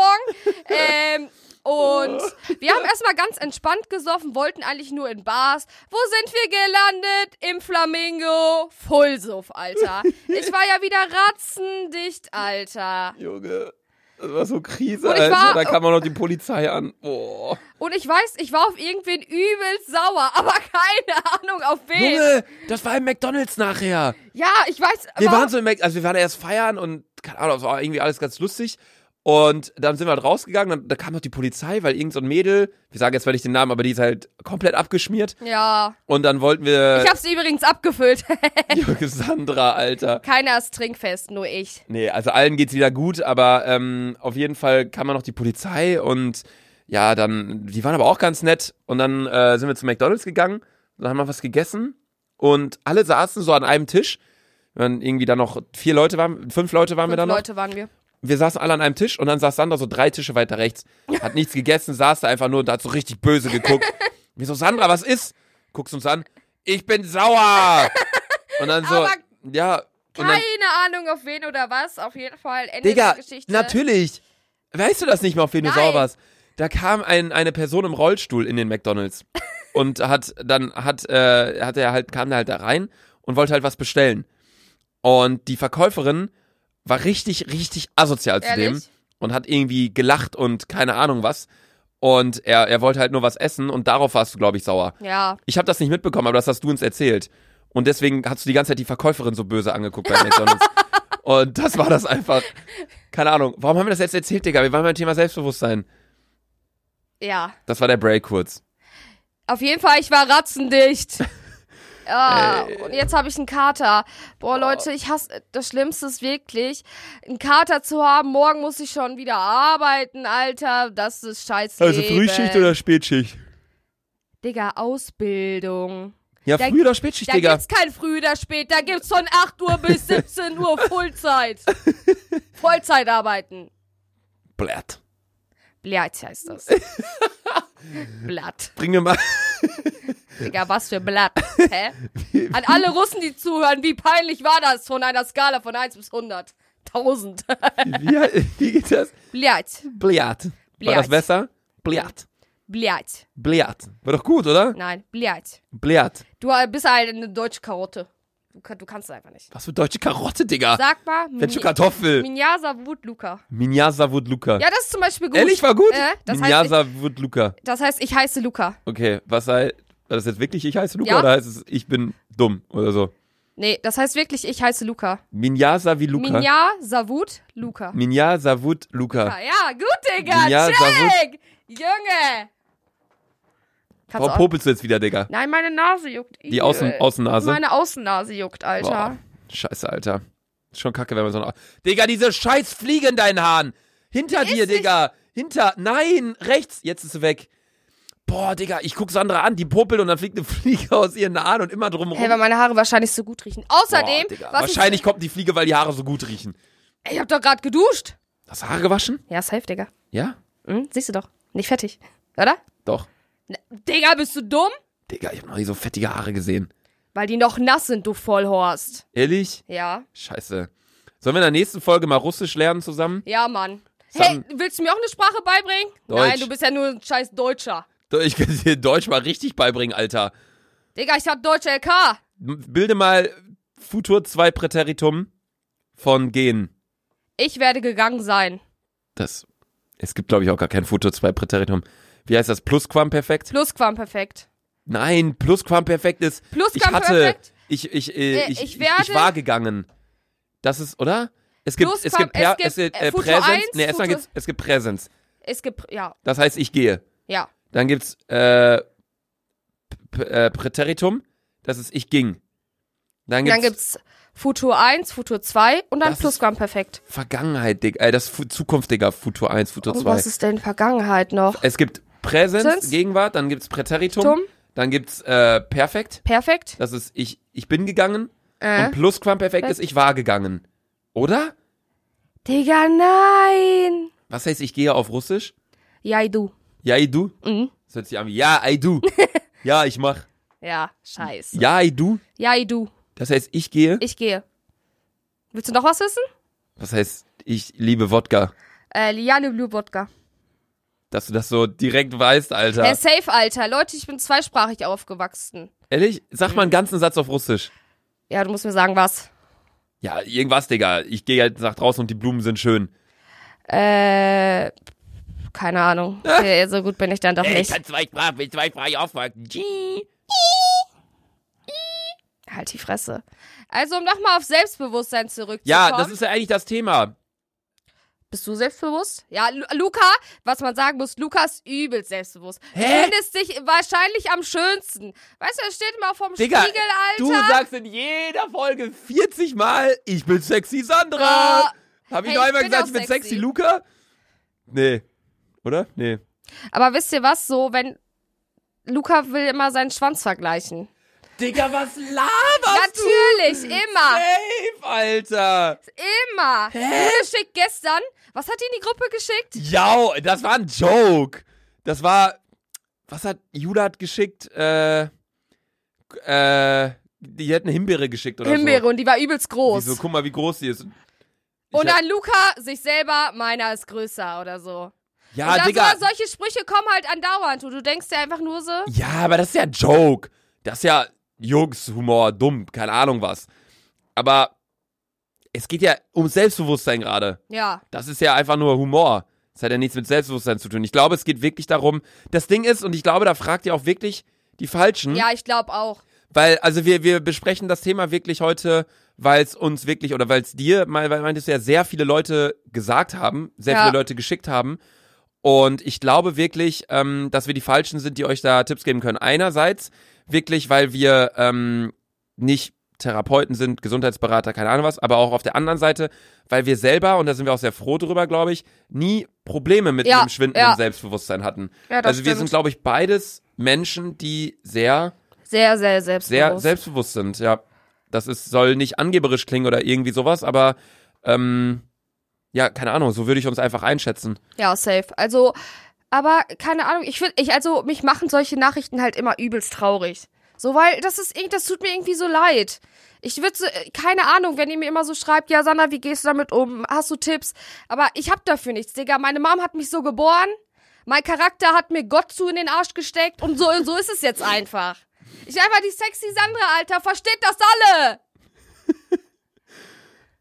B: Ähm, und wir haben erstmal ganz entspannt gesoffen, wollten eigentlich nur in Bars. Wo sind wir gelandet? Im Flamingo. Vollsuff, Alter. Ich war ja wieder ratzendicht, Alter.
A: Junge. Das war so Krise,
B: Und ich
A: Alter.
B: war-
A: da kam auch noch die Polizei an. Boah.
B: Und ich weiß, ich war auf irgendwen übelst sauer, aber keine Ahnung auf wen.
A: Junge, das war im McDonalds nachher.
B: Ja, ich weiß.
A: Wir
B: warum-
A: waren so im Mc also wir waren erst feiern und keine Ahnung, es war irgendwie alles ganz lustig. Und dann sind wir halt rausgegangen, dann, da kam noch die Polizei, weil irgend so ein Mädel, wir sagen jetzt mal nicht den Namen, aber die ist halt komplett abgeschmiert.
B: Ja.
A: Und dann wollten wir
B: Ich hab's übrigens abgefüllt.
A: Junge, Sandra, Alter.
B: Keiner ist trinkfest, nur ich.
A: Nee, also allen geht's wieder gut, aber ähm, auf jeden Fall kam man noch die Polizei und ja, dann, die waren aber auch ganz nett und dann äh, sind wir zu McDonalds gegangen, dann haben wir was gegessen und alle saßen so an einem Tisch. Dann irgendwie da noch vier Leute waren, fünf Leute waren wir da
B: Fünf
A: noch.
B: Leute waren wir.
A: Wir saßen alle an einem Tisch und dann saß Sandra so drei Tische weiter rechts, hat nichts gegessen, saß da einfach nur und hat so richtig böse geguckt. Wir so, Sandra, was ist? Guckst uns an, ich bin sauer. Und dann so,
B: Aber
A: ja. und dann,
B: Keine Ahnung auf wen oder was. Auf jeden Fall Ende
A: Digga,
B: der Geschichte.
A: natürlich. Weißt du das nicht mal, auf wen du
B: Nein.
A: sauer warst? Da kam ein, eine Person im Rollstuhl in den McDonalds und hat dann hat äh, hat er halt kam da halt da rein und wollte halt was bestellen. Und die Verkäuferin war richtig richtig asozial zu dem
B: Ehrlich?
A: und hat irgendwie gelacht und keine Ahnung was und er er wollte halt nur was essen und darauf warst du glaube ich sauer.
B: Ja.
A: Ich habe das nicht mitbekommen, aber das hast du uns erzählt. Und deswegen hast du die ganze Zeit die Verkäuferin so böse angeguckt bei McDonalds. Und das war das einfach. Keine Ahnung. Warum haben wir das jetzt erzählt, Digga? Wir waren beim Thema Selbstbewusstsein.
B: Ja.
A: Das war der Break kurz.
B: Auf jeden Fall, ich war ratzendicht. Ja, und jetzt habe ich einen Kater. Boah, Leute, ich hasse, das Schlimmste ist wirklich, einen Kater zu haben. Morgen muss ich schon wieder arbeiten, Alter. Das ist
A: Also
B: scheiße.
A: Spätschicht?
B: Digga, Ausbildung.
A: Ja,
B: Da-
A: Früh- oder Spätschicht,
B: Da
A: Digga.
B: gibt's kein Früh oder Spät, da gibt's von 8 Uhr bis 17 Uhr Vollzeit. Vollzeit arbeiten.
A: Blatt.
B: Blatt heißt das. Blatt.
A: Bring mir mal.
B: Digga, was für Blatt. Hä? An alle Russen, die zuhören, wie peinlich war das von einer Skala von 1 bis 100? 1000.
A: Wie, wie geht das?
B: Blatt.
A: Blatt. War
B: Blatt.
A: das besser? Blatt.
B: Blatt.
A: Blatt. War doch gut, oder?
B: Nein, Blatt.
A: Blatt.
B: Du äh, bist halt eine deutsche Karotte. Du, kann- du kannst es einfach nicht.
A: Was für deutsche Karotte, Digga.
B: Sag mal,
A: Wenn schon Kartoffel.
B: Minjasa Wut Luca.
A: Minyasa Wood Luca.
B: Ja, das ist zum Beispiel gut.
A: Ehrlich, war gut?
B: Äh, das, heißt,
A: Minyasa Wood Luca.
B: ich, das heißt, ich heiße Luca.
A: Okay, was sei. War das jetzt wirklich, ich heiße Luca
B: Ja.
A: oder heißt es, ich bin dumm oder so?
B: Nee, das heißt wirklich, ich heiße Luca.
A: Minja Savi Luca.
B: Minja Savut Luca.
A: Minja Savut Luca.
B: Ja, ja, gut, Digga.
A: Minja
B: check! Junge! Kannst
A: Frau
B: du auch-
A: Popelst jetzt wieder, Digga.
B: Nein, meine Nase juckt.
A: Die Außen,
B: Äh,
A: Außennase.
B: Meine Außennase juckt, Alter.
A: Boah, scheiße, Alter. Ist Schon kacke, wenn man so eine. Digga, diese scheiß Fliege in deinen Haaren. Hinter dir,
B: nicht-
A: Digga. Hinter. Nein, rechts. Jetzt ist sie weg. Boah, Digga, ich guck Sandra an, die popelt und dann fliegt eine Fliege aus ihren Haaren und immer drum rum.
B: Hey, weil meine Haare wahrscheinlich so gut riechen. Außerdem,
A: Boah, Digga.
B: was
A: Wahrscheinlich kommt die Fliege, weil die Haare so gut riechen.
B: ich, ich hab doch gerade geduscht.
A: Hast du Haare gewaschen?
B: Ja, safe, Digga.
A: Ja?
B: Hm? Siehst du doch. Nicht fertig. Oder?
A: Doch.
B: Na, Digga, bist du dumm?
A: Digga, ich hab noch nie so fettige Haare gesehen.
B: Weil die noch nass sind, du Vollhorst.
A: Ehrlich?
B: Ja.
A: Scheiße. Sollen wir in der nächsten Folge mal Russisch lernen zusammen?
B: Ja, Mann.
A: Sam-
B: Hey, willst du mir auch eine Sprache beibringen?
A: Deutsch.
B: Nein, du bist ja nur ein scheiß Deutscher.
A: Ich kann dir Deutsch mal richtig beibringen, Alter.
B: Digga, ich hab Deutsch LK.
A: Bilde mal Futur 2 Präteritum von gehen.
B: Ich werde gegangen sein.
A: Das. Es gibt, glaube ich, auch gar kein Futur 2 Präteritum. Wie heißt das? Plusquamperfekt?
B: Plusquamperfekt.
A: Nein, Plusquamperfekt ist. Ich hatte.
B: Plusquamperfekt?
A: Ich, ich, äh,
B: Äh,
A: ich,
B: ich
A: ich,
B: werde-
A: ich war gegangen. Das ist, oder? Es gibt, es
B: Plusquam-
A: gibt, per,
B: es
A: es
B: gibt,
A: gibt
B: äh,
A: äh,
B: Futur
A: Präsens.
B: eins,
A: nee, erstmal
B: Futur-
A: gibt's, es gibt Präsens.
B: Es gibt, ja,
A: Das heißt, ich gehe.
B: ja.
A: Dann gibt's äh, P- äh, Präteritum. Das ist ich ging. Dann gibt's,
B: Dann gibt's Futur 1, Futur 2 und dann
A: Das ist-
B: Plusquamperfekt.
A: Vergangenheit, Digga. Äh, das ist Fu- Zukunft, Digga. Futur 1, Futur Äh,
B: Und
A: 2.
B: Oh, was ist denn Vergangenheit noch?
A: Es gibt Präsens,
B: Präsens.
A: Gegenwart, dann gibt's Präteritum,
B: Tum.
A: dann gibt's äh, Perfekt.
B: Perfekt?
A: Das ist ich, ich bin gegangen.
B: Äh.
A: Und Plusquamperfekt ist
B: Perfekt.
A: ich war gegangen. Oder?
B: Digga, nein.
A: Was heißt ich gehe auf Russisch?
B: Ja, du.
A: Ja, ich du.
B: Mhm.
A: Das hört sich an wie ja, ich du. ja, ich mach.
B: Ja, scheiße.
A: Ja, ich du.
B: Ja, du.
A: Das heißt ich gehe.
B: Ich gehe. Willst du noch was wissen?
A: Das heißt ich liebe Wodka.
B: Äh, Liane Blue Wodka.
A: Dass du das so direkt weißt, Alter.
B: Hey, safe, Alter. Leute, ich bin zweisprachig aufgewachsen.
A: Ehrlich? Sag mal einen ganzen Satz auf Russisch.
B: Ja, du musst mir sagen, was.
A: Ja, irgendwas, Digga. Ich gehe halt nach draußen und die Blumen sind schön.
B: Äh, keine Ahnung. Äh, So gut bin ich dann doch
A: Ey, ich
B: nicht.
A: kann zwei Sprachen, bin zweisprachig aufwachsen. Gee.
B: Halt die Fresse. Also, um nochmal auf Selbstbewusstsein zurückzukommen.
A: Ja, das ist ja eigentlich das Thema.
B: Bist du selbstbewusst? Ja, Lu Luca, was man sagen muss, Luca ist übel selbstbewusst.
A: Hä?
B: Du findest dich wahrscheinlich am schönsten. Weißt du, er steht immer vorm
A: Digga,
B: Spiegel, Alter.
A: Du sagst in jeder Folge 40 Mal, ich bin sexy Sandra. Hab ich noch
B: Hey, ich
A: einmal
B: bin
A: gesagt,
B: auch
A: ich bin
B: sexy.
A: sexy. Luca? Nee. Oder? Nee.
B: Aber wisst ihr was, so, wenn... Luca will immer seinen Schwanz vergleichen.
A: Digga, was laberst
B: Natürlich, immer,
A: Safe, Alter.
B: immer. Hä? Schickt gestern, was hat die in die Gruppe geschickt?
A: Ja, das war ein Joke. Das war, was hat, Judah hat geschickt, äh, äh, die hat eine Himbeere geschickt oder
B: Himbeere
A: so.
B: und die war übelst groß.
A: Wieso, guck mal, wie groß die ist. Ich
B: und
A: hab-
B: dann Luca, sich selber, meiner ist größer oder so.
A: ja,
B: und dann
A: Digga, Hm?
B: so, solche Sprüche kommen halt andauernd und du denkst dir einfach nur so...
A: Ja, aber das ist ja ein Joke. Das ist ja Jungs-Humor, dumm, keine Ahnung was. Aber es geht ja um Selbstbewusstsein gerade.
B: Ja,
A: Das ist ja einfach nur Humor. Das hat ja nichts mit Selbstbewusstsein zu tun. Ich glaube, es geht wirklich darum, das Ding ist, und ich glaube, da fragt ihr auch wirklich die Falschen.
B: ja, ich glaube auch.
A: Weil, also wir, wir besprechen das Thema wirklich heute, weil es uns wirklich, oder weil es dir, mein- weil meintest du ja, sehr viele Leute gesagt haben, sehr
B: Ja.
A: viele Leute geschickt haben. Und ich glaube wirklich, ähm, dass wir die Falschen sind, die euch da Tipps geben können. Einerseits wirklich, weil wir ähm, nicht Therapeuten sind, Gesundheitsberater, keine Ahnung was, aber auch auf der anderen Seite, weil wir selber, und da sind wir auch sehr froh drüber, glaube ich, nie Probleme mit
B: Ja,
A: dem schwindenden
B: ja.
A: Selbstbewusstsein hatten.
B: Ja, das
A: also wir
B: stimmt.
A: sind, glaube ich, beides Menschen, die sehr
B: Sehr, sehr selbstbewusst.
A: sehr selbstbewusst sind, ja. Das ist, soll nicht angeberisch klingen oder irgendwie sowas, aber ähm, ja, keine Ahnung, so würde ich uns einfach einschätzen.
B: Ja, safe. Also, aber keine Ahnung, ich finde, ich, also, mich machen solche Nachrichten halt immer übelst traurig. So, weil das ist irgendwie, das tut mir irgendwie so leid. Ich würde so, äh, keine Ahnung, wenn ihr mir immer so schreibt, ja, Sandra, wie gehst du damit um? Hast du Tipps? Aber ich hab dafür nichts, Digga. Meine Mom hat mich so geboren. Mein Charakter hat mir Gott zu in den Arsch gesteckt und so, und so ist es jetzt einfach. Ich bin einfach die sexy Sandra, Alter. Versteht das alle?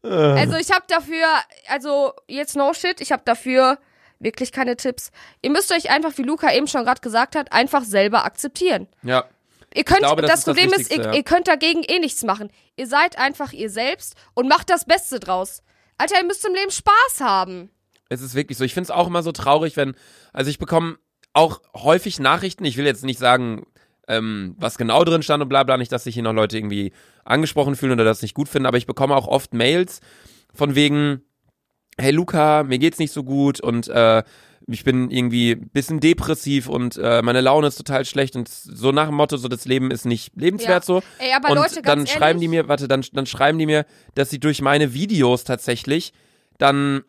B: Also ich habe dafür, also jetzt no shit, ich habe dafür wirklich keine Tipps. Ihr müsst euch einfach, wie Luca eben schon gerade gesagt hat, einfach selber akzeptieren.
A: Ja.
B: Ihr könnt,
A: Ich glaube, das
B: das,
A: ist das
B: Problem ist,
A: Wichtigste,
B: ihr,
A: ja.
B: ihr könnt dagegen eh nichts machen. Ihr seid einfach ihr selbst und macht das Beste draus. Alter, ihr müsst im Leben Spaß haben.
A: Es ist wirklich so. Ich finde es auch immer so traurig, wenn, also ich bekomme auch häufig Nachrichten, ich will jetzt nicht sagen, ähm, was genau drin stand und bla bla, nicht, dass sich hier noch Leute irgendwie angesprochen fühlen oder das nicht gut finden, aber ich bekomme auch oft Mails von wegen, hey Luca, mir geht's nicht so gut und äh, ich bin irgendwie ein bisschen depressiv und äh, meine Laune ist total schlecht und so nach dem Motto, so das Leben ist nicht lebenswert so.
B: Ey, aber
A: und
B: Leute, ganz
A: dann
B: ehrlich,
A: schreiben die mir, warte, dann, dann schreiben die mir, dass sie durch meine Videos tatsächlich dann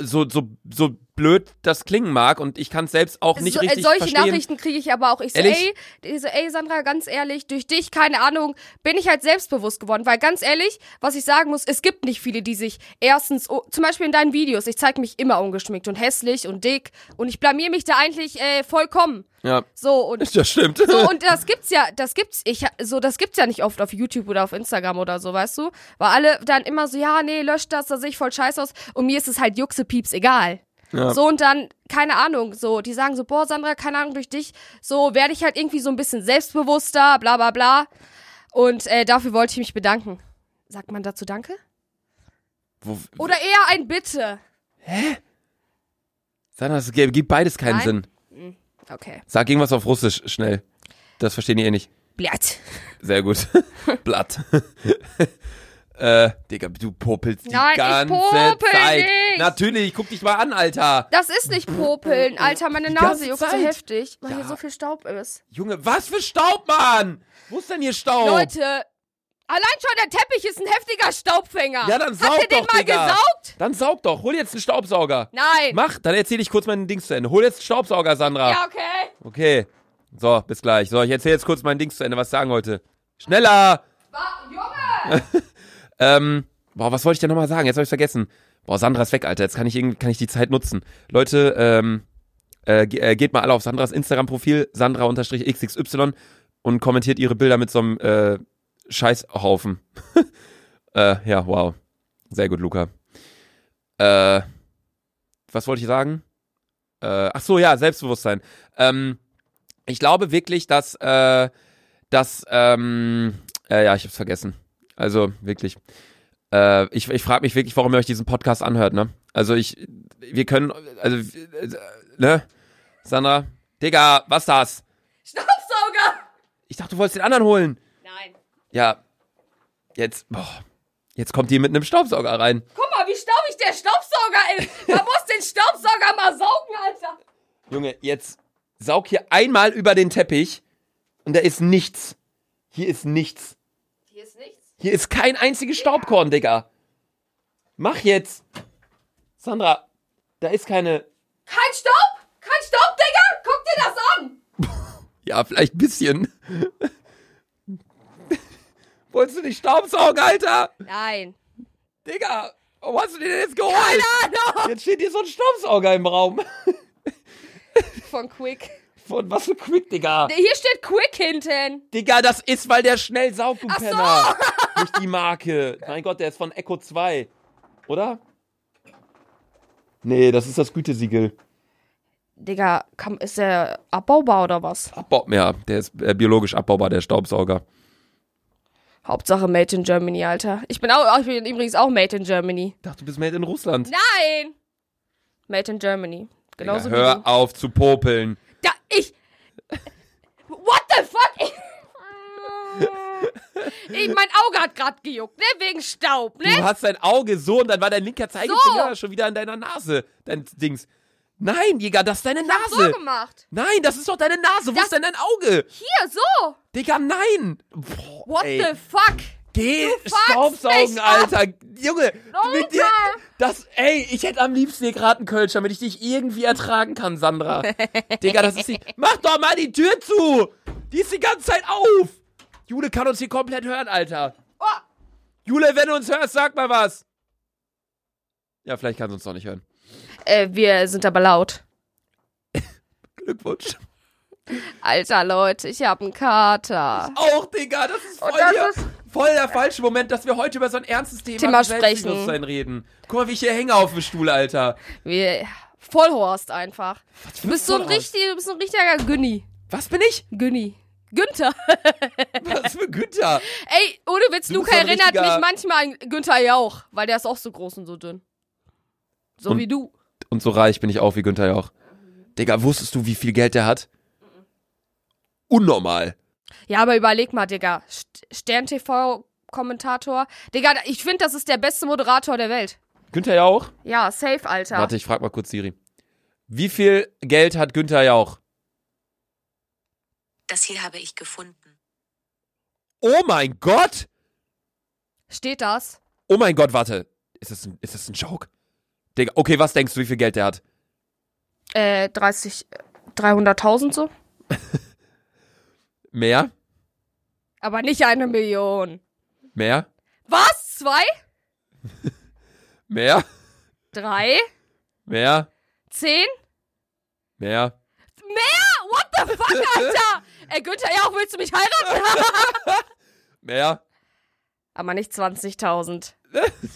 A: so, so, so blöd das klingen mag und ich kann es selbst auch nicht
B: so, äh,
A: richtig
B: solche
A: verstehen.
B: Nachrichten kriege ich aber auch. Ich so,
A: Ehrlich?
B: ey, ich so, ey, Sandra, ganz ehrlich, durch dich, keine Ahnung, bin ich halt selbstbewusst geworden. Weil ganz ehrlich, was ich sagen muss, es gibt nicht viele, die sich erstens, oh, zum Beispiel in deinen Videos, ich zeige mich immer ungeschminkt und hässlich und dick und ich blamier mich da eigentlich äh, vollkommen.
A: ja,
B: So und
A: das stimmt.
B: so und das gibt's ja, das gibt's ich so das gibt's ja nicht oft auf YouTube oder auf Instagram oder so, weißt du? Weil alle dann immer so, ja, nee, löscht das, da sehe ich voll scheiße aus und mir ist es halt Juxepieps egal.
A: Ja.
B: So und dann keine Ahnung, so die sagen so, boah, Sandra, keine Ahnung durch dich, so werde ich halt irgendwie so ein bisschen selbstbewusster, bla bla bla. Und äh, dafür wollte ich mich bedanken. Sagt man dazu Danke?
A: Wo,
B: Oder eher ein Bitte.
A: Sandra, das gibt gibt beides keinen
B: Nein.
A: Sinn.
B: Okay.
A: Sag irgendwas auf Russisch schnell. Das verstehen die eh nicht.
B: Blatt.
A: Sehr gut. Blatt. äh, Digga, du popelst die
B: Nein, ich
A: ganze
B: popel
A: Zeit.
B: nicht.
A: Natürlich, guck dich mal an, Alter.
B: Das ist nicht Popeln, Alter, meine
A: Die ganze
B: Nase juckt so
A: Zeit.
B: heftig, weil hier
A: Ja.
B: so viel Staub ist.
A: Junge, was für Staub, Mann? Wo ist denn hier Staub?
B: Leute, allein schon der Teppich ist ein heftiger Staubfänger.
A: Ja, dann saug
B: Habt ihr den
A: doch,
B: mal
A: Digga.
B: gesaugt?
A: Dann saug doch. Hol jetzt einen Staubsauger.
B: Nein.
A: Mach, dann erzähl ich kurz mein Dings zu Ende. Hol jetzt einen Staubsauger, Sandra.
B: ja, okay.
A: Okay. So, bis gleich. So, ich erzähl jetzt kurz mein Dings zu Ende, was ich sagen wollte. Schneller!
B: Wa- Junge!
A: Ähm, boah, was wollte ich denn nochmal sagen? Jetzt habe ich vergessen. Boah, Sandra ist weg, Alter. Jetzt kann ich irgendwie, kann ich die Zeit nutzen. Leute, ähm, äh, ge- äh, geht mal alle auf Sandras Instagram-Profil, sandra-xxy und kommentiert ihre Bilder mit so einem äh, Scheißhaufen. äh, ja, wow. Sehr gut, Luca. Äh, was wollte ich sagen? Äh, ach so, ja, Selbstbewusstsein. Ähm, ich glaube wirklich, dass, äh, dass, ähm, äh, ja, ich hab's vergessen. Also wirklich. Äh, ich ich frage mich wirklich, warum ihr euch diesen Podcast anhört, ne? Also ich, wir können, also, äh, ne? Sandra? Digga, was das?
B: Staubsauger!
A: Ich dachte, du wolltest den anderen holen.
B: Nein.
A: Ja, jetzt, boah, jetzt kommt die mit einem Staubsauger rein.
B: Guck mal, wie staubig der Staubsauger ist. Man muss den Staubsauger mal saugen, Alter.
A: Junge, jetzt saug hier einmal über den Teppich und da ist nichts. Hier ist nichts.
B: Hier ist nichts.
A: Hier ist kein einziges Staubkorn, Digga. Mach jetzt. Sandra, da ist keine.
B: Kein Staub! Kein Staub, Digga! Guck dir das an!
A: Ja, vielleicht ein bisschen. Wolltest du nicht Staubsaugen, Alter?
B: Nein.
A: Digga, warum hast du den denn jetzt geholt? Jetzt steht hier so ein Staubsauger im Raum.
B: Von Quick.
A: Von was für Quick, Digga.
B: Hier steht Quick hinten.
A: Digga, das ist, weil der schnell saugt, du
B: so.
A: Penner. Nicht die Marke. Mein Gott, der ist von Echo 2. Oder? Nee, das ist das Gütesiegel.
B: Digga, komm, ist der abbaubar oder was?
A: Abbau ja, der ist äh, biologisch abbaubar, der Staubsauger.
B: Hauptsache Made in Germany, Alter. Ich bin, auch, ich bin übrigens auch Made in Germany.
A: Ich dachte, du bist made in Russland.
B: Nein! Made in Germany.
A: Digga,
B: Genauso
A: hör
B: wie du.
A: auf zu popeln.
B: Da, ich. What the fuck? Ich, mein Auge hat grad gejuckt, ne? Wegen Staub,
A: Du
B: ne?
A: hast dein Auge so und dann war dein linker Zeigefinger
B: So.
A: schon wieder an deiner Nase. Dein Dings. Nein, Digga, das ist deine
B: Ich hab so
A: Nase.
B: gemacht.
A: Nein, das ist doch deine Nase. Wo
B: Das-
A: ist denn dein Auge?
B: Hier, so.
A: Digga, nein. Boah,
B: What
A: ey.
B: the fuck?
A: Geh
B: fuckst
A: Staubsaugen,
B: mich ab.
A: Alter. Junge, mit dir. Das, ey, ich hätte am liebsten hier gerade einen Kölsch, damit ich dich irgendwie ertragen kann, Sandra. Digga, das ist nicht. Mach doch mal die Tür zu! Die ist die ganze Zeit auf! Jule kann uns hier komplett hören, Alter.
B: Oh,
A: Jule, wenn du uns hörst, sag mal was. Ja, vielleicht kann sie uns doch nicht hören.
B: äh, wir sind aber laut.
A: Glückwunsch.
B: Alter, Leute, ich hab einen Kater.
A: Auch, Digga, das ist voll,
B: Und Oh, das
A: hier,
B: ist-
A: voll der falsche Moment, dass wir heute über so ein ernstes Thema,
B: Thema
A: wie
B: sprechen.
A: Selbstbewusstsein reden. Guck mal, wie ich hier hänge auf dem Stuhl, Alter.
B: Wir. Vollhorst einfach. Du bist so ein,
A: Vollhorst?
B: richtig, du bist so ein richtiger Günni.
A: Was bin ich?
B: Günni. Günther.
A: Was für Günther?
B: Ey, ohne Witz,
A: Du bist
B: Luca
A: so ein
B: erinnert
A: richtiger-
B: mich manchmal an Günther Jauch, weil der ist auch so groß und so dünn. So
A: Und-
B: wie du.
A: Und so reich bin ich auch wie Günther Jauch. Digga, wusstest du, wie viel Geld der hat? Unnormal.
B: Ja, aber überleg mal, Digga. St- Stern TV Kommentator. Digga, ich finde, das ist der beste Moderator der Welt.
A: Günther Jauch?
B: Ja, safe, Alter.
A: Warte, ich frag mal kurz Siri. Wie viel Geld hat Günther Jauch?
C: Das hier habe ich gefunden.
A: Oh mein Gott!
B: Steht das?
A: Oh mein Gott, warte. Ist das ein, ist das ein Joke? Digga, okay, was denkst du, wie viel Geld der hat?
B: Äh, 30, äh, 300.000 so?
A: Mehr?
B: Aber nicht eine Million.
A: Mehr?
B: Was? Zwei?
A: Mehr?
B: Drei?
A: Mehr?
B: Zehn? Ah,
A: Mehr?
B: What the fuck, Alter? Ey, Günther Jauch, willst du mich heiraten?
A: Mehr?
B: aber nicht 20.000.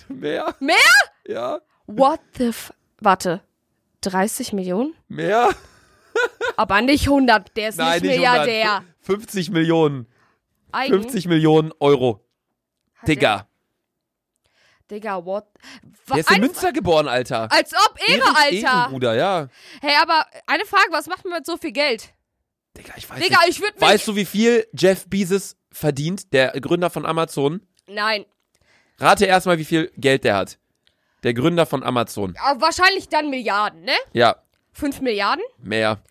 A: Mehr?
B: Mehr?
A: Ja?
B: What the f... Warte. 30 Millionen?
A: Mehr?
B: Aber nicht 100. Der ist nicht Milliardär.
A: 100. 50 Millionen.
B: Eigen.
A: 50 Millionen Euro.
B: Hat der-
A: Digga.
B: Digga, what? Wa-
A: Der ist in
B: ein-
A: Münster geboren, Alter.
B: Als ob Ehre,
A: Ehren-
B: Alter.
A: Ehrenbruder, ja.
B: Hey, aber eine Frage, was macht man mit so viel Geld?
A: Digga, ich weiß
B: Digga,
A: nicht.
B: ich würde mich.
A: Weißt du, wie viel Jeff Bezos verdient, der Gründer von Amazon?
B: Nein.
A: Rate erstmal, wie viel Geld der hat. Der Gründer von Amazon.
B: Aber wahrscheinlich dann Milliarden, ne?
A: Ja,
B: Fünf Milliarden?
A: mehr.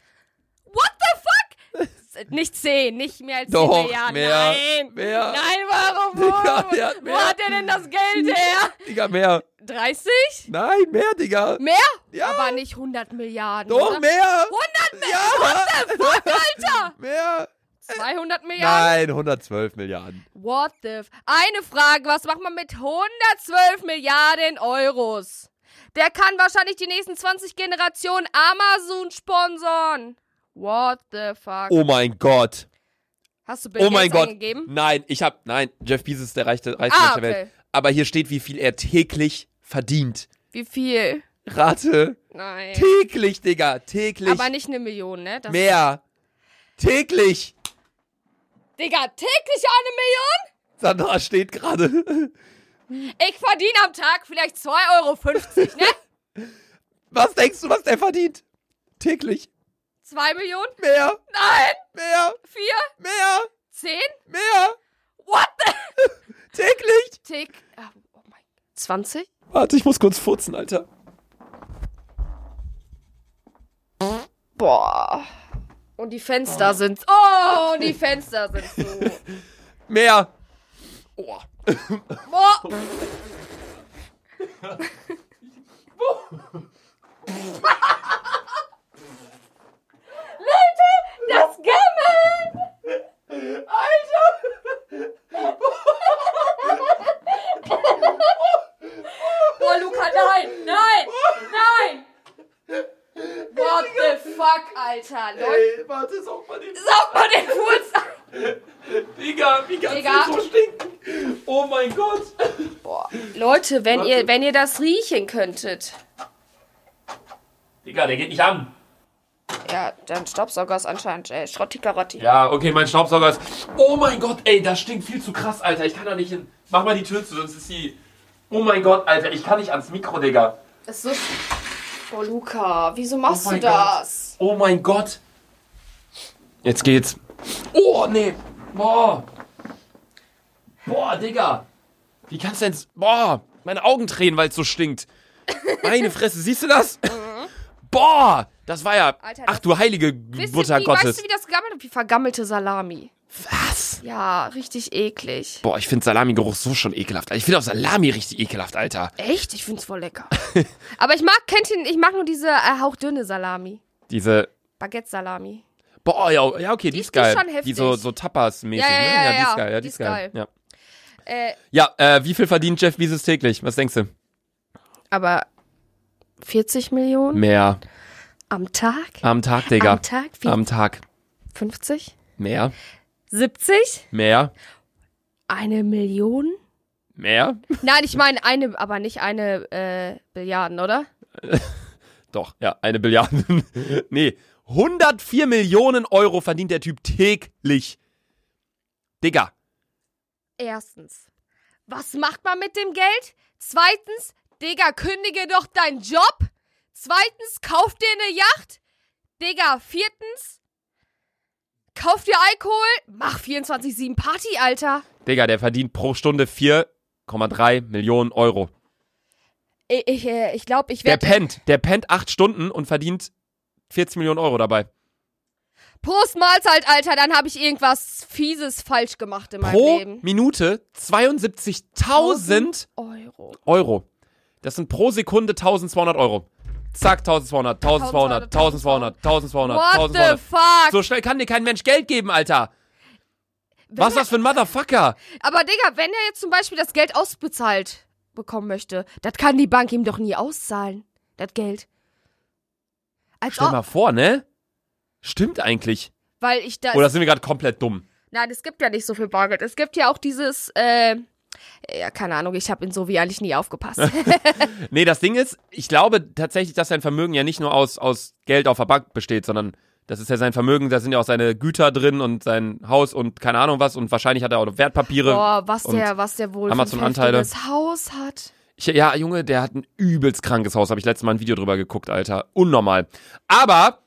B: What the fuck? nicht zehn, nicht mehr als zehn
A: Doch,
B: Milliarden.
A: mehr,
B: Nein.
A: mehr.
B: Nein, warum?
A: Digga, der hat
B: Wo
A: mehr.
B: hat er denn das Geld her?
A: Digga, mehr.
B: 30?
A: Nein, mehr, Digga.
B: Mehr?
A: Ja.
B: Aber nicht 100 Milliarden.
A: Doch,
B: oder?
A: mehr.
B: 100 Milliarden?
A: Ja. What the fuck, Alter? Mehr.
B: 200 Milliarden?
A: Nein, 112 Milliarden.
B: What the f Eine Frage, was macht man mit 112 Milliarden Euros? Der kann wahrscheinlich die nächsten 20 Generationen Amazon sponsoren. What the fuck?
A: Oh mein Gott.
B: Hast du Bill
A: oh mein
B: Gates
A: Gott.
B: eingegeben?
A: Nein, ich hab. Nein, Jeff Bezos ist der reichste, reichste
B: Ah,
A: Mensch der Welt.
B: okay.
A: Aber hier steht, wie viel er täglich verdient.
B: Wie viel?
A: Rate.
B: Nein.
A: Täglich, Digga. Täglich.
B: Aber nicht eine Million, ne? Das
A: mehr. Täglich.
B: Digga, täglich eine
A: Sandra steht gerade.
B: Million? Ich verdiene am Tag vielleicht 2,50 Euro, ne?
A: Was denkst du, was der verdient? Täglich.
B: 2 Millionen?
A: Mehr.
B: Nein!
A: Mehr.
B: 4?
A: Mehr.
B: 10?
A: Mehr.
B: What the?
A: Täglich.
B: Tick. Ah, Oh mein 20?
A: Warte, ich muss kurz furzen, Alter.
B: Boah. Und die Fenster sind. Oh, die Fenster sind so.
A: Mehr. Oh.
B: Boah. Leute, das Gammeln! Alter! Boah, Luca, nein! Nein! Nein! What the fuck, Alter? Leute,
A: Ey, warte, sag mal den
B: saug mal den Puls an!
A: Digga, wie kannst
B: Digga.
A: du so stinken? Oh mein Gott.
B: Boah, Leute, wenn ihr, wenn ihr das riechen könntet.
A: Digga, der geht nicht an.
B: Ja, dann Staubsauger ist anscheinend äh, Schrotti Karotti.
A: Ja, okay, mein Staubsauger ist. Oh mein Gott, ey, das stinkt viel zu krass, Alter. Ich kann da nicht hin. Mach mal die Tür zu, sonst ist die. Oh mein Gott, Alter, ich kann nicht ans Mikro, Digga.
B: Ist so oh, Luca, wieso machst
A: Oh
B: du
A: mein
B: das?
A: Oh mein Gott. Jetzt geht's. Oh, nee. Boah. Boah, Digga. Wie kannst du denn. s- Boah, meine Augen tränen, weil es so stinkt. Meine Fresse, siehst du das? Boah, das war ja.
B: Mhm. Alter,
A: Ach
B: das-
A: du heilige
B: Wisst ihr,
A: Mutter
B: wie,
A: Gottes.
B: Weißt du, wie das gegammelt hat? Wie vergammelte Salami.
A: Was?
B: Ja, richtig eklig.
A: Boah, ich finde Salami-Geruch so schon ekelhaft. Ich finde auch Salami richtig ekelhaft, Alter.
B: Echt? Ich find's voll lecker. Aber ich mag, kennt ihr, ich mag nur diese äh, hauchdünne Salami.
A: Diese.
B: Baguette-Salami.
A: Boah, ja, ja okay, die,
B: Die-
A: ist
B: die ist
A: geil.
B: schon heftig.
A: so, so Tapas-mäßig,
B: Ja, ja,
A: ne?
B: ja,
A: die ist
B: ja.
A: geil, ja, die, ist geil.
B: Äh,
A: Ja, ja äh, wie viel verdient Jeff Bezos täglich? Was denkst du?
B: aber 40 Millionen
A: Mehr.
B: am Tag?
A: Am Tag, Ah, Digga.
B: Am Tag? Wie?
A: Am Tag.
B: 50?
A: Mehr.
B: 70?
A: Mehr.
B: Eine Million?
A: Mehr.
B: Nein, ich meine eine, aber nicht eine äh, Billiarden, oder?
A: Doch, ja, eine Billiarde. nee. 104 Millionen Euro verdient der Typ täglich. Digga,
B: Erstens, was macht man mit dem Geld? Zweitens, Digga, kündige doch deinen Job. Zweitens, kauf dir eine Yacht. Digga, viertens, kauf dir Alkohol. Mach 24-7 Party, Alter.
A: Digga, der verdient pro Stunde 4,3 Millionen Euro.
B: Ich, ich, äh, ich glaube, ich
A: Der
B: werde...
A: pennt, der pennt acht Stunden und verdient 40 Millionen Euro dabei.
B: Prost Mahlzeit, Alter, dann habe ich irgendwas Fieses falsch gemacht in meinem
A: Pro
B: Leben.
A: Minute 72.000
B: Euro.
A: Euro. Das sind pro Sekunde 1200 Euro. Zack, 1200, 1200, 1200, 1200,
B: What the
A: 1200.
B: fuck?
A: So schnell kann dir kein Mensch Geld geben, Alter.
B: Wenn
A: Was ist das für ein Motherfucker?
B: Aber Digga, wenn er jetzt zum Beispiel das Geld ausbezahlt bekommen möchte, das kann die Bank ihm doch nie auszahlen, das Geld. Als
A: Stell
B: ob,
A: mal vor, ne? Stimmt eigentlich.
B: weil ich da.
A: Oder sind wir gerade komplett dumm?
B: nein, es gibt ja nicht so viel Bargeld. Es gibt ja auch dieses, äh, ja, keine Ahnung, ich habe in so wie eigentlich nie aufgepasst.
A: Nee, das Ding ist, ich glaube tatsächlich, dass sein Vermögen ja nicht nur aus, aus Geld auf der Bank besteht, sondern das ist ja sein Vermögen, da sind ja auch seine Güter drin und sein Haus und keine Ahnung was und wahrscheinlich hat er auch noch Wertpapiere.
B: Boah, was
A: Und
B: der, was der wohl für ein
A: Amazon-Anteile.
B: heftiges Haus hat.
A: Ich, ja, Junge, der hat ein übelst krankes Haus, habe ich letztes Mal ein Video drüber geguckt, Alter. Unnormal. Aber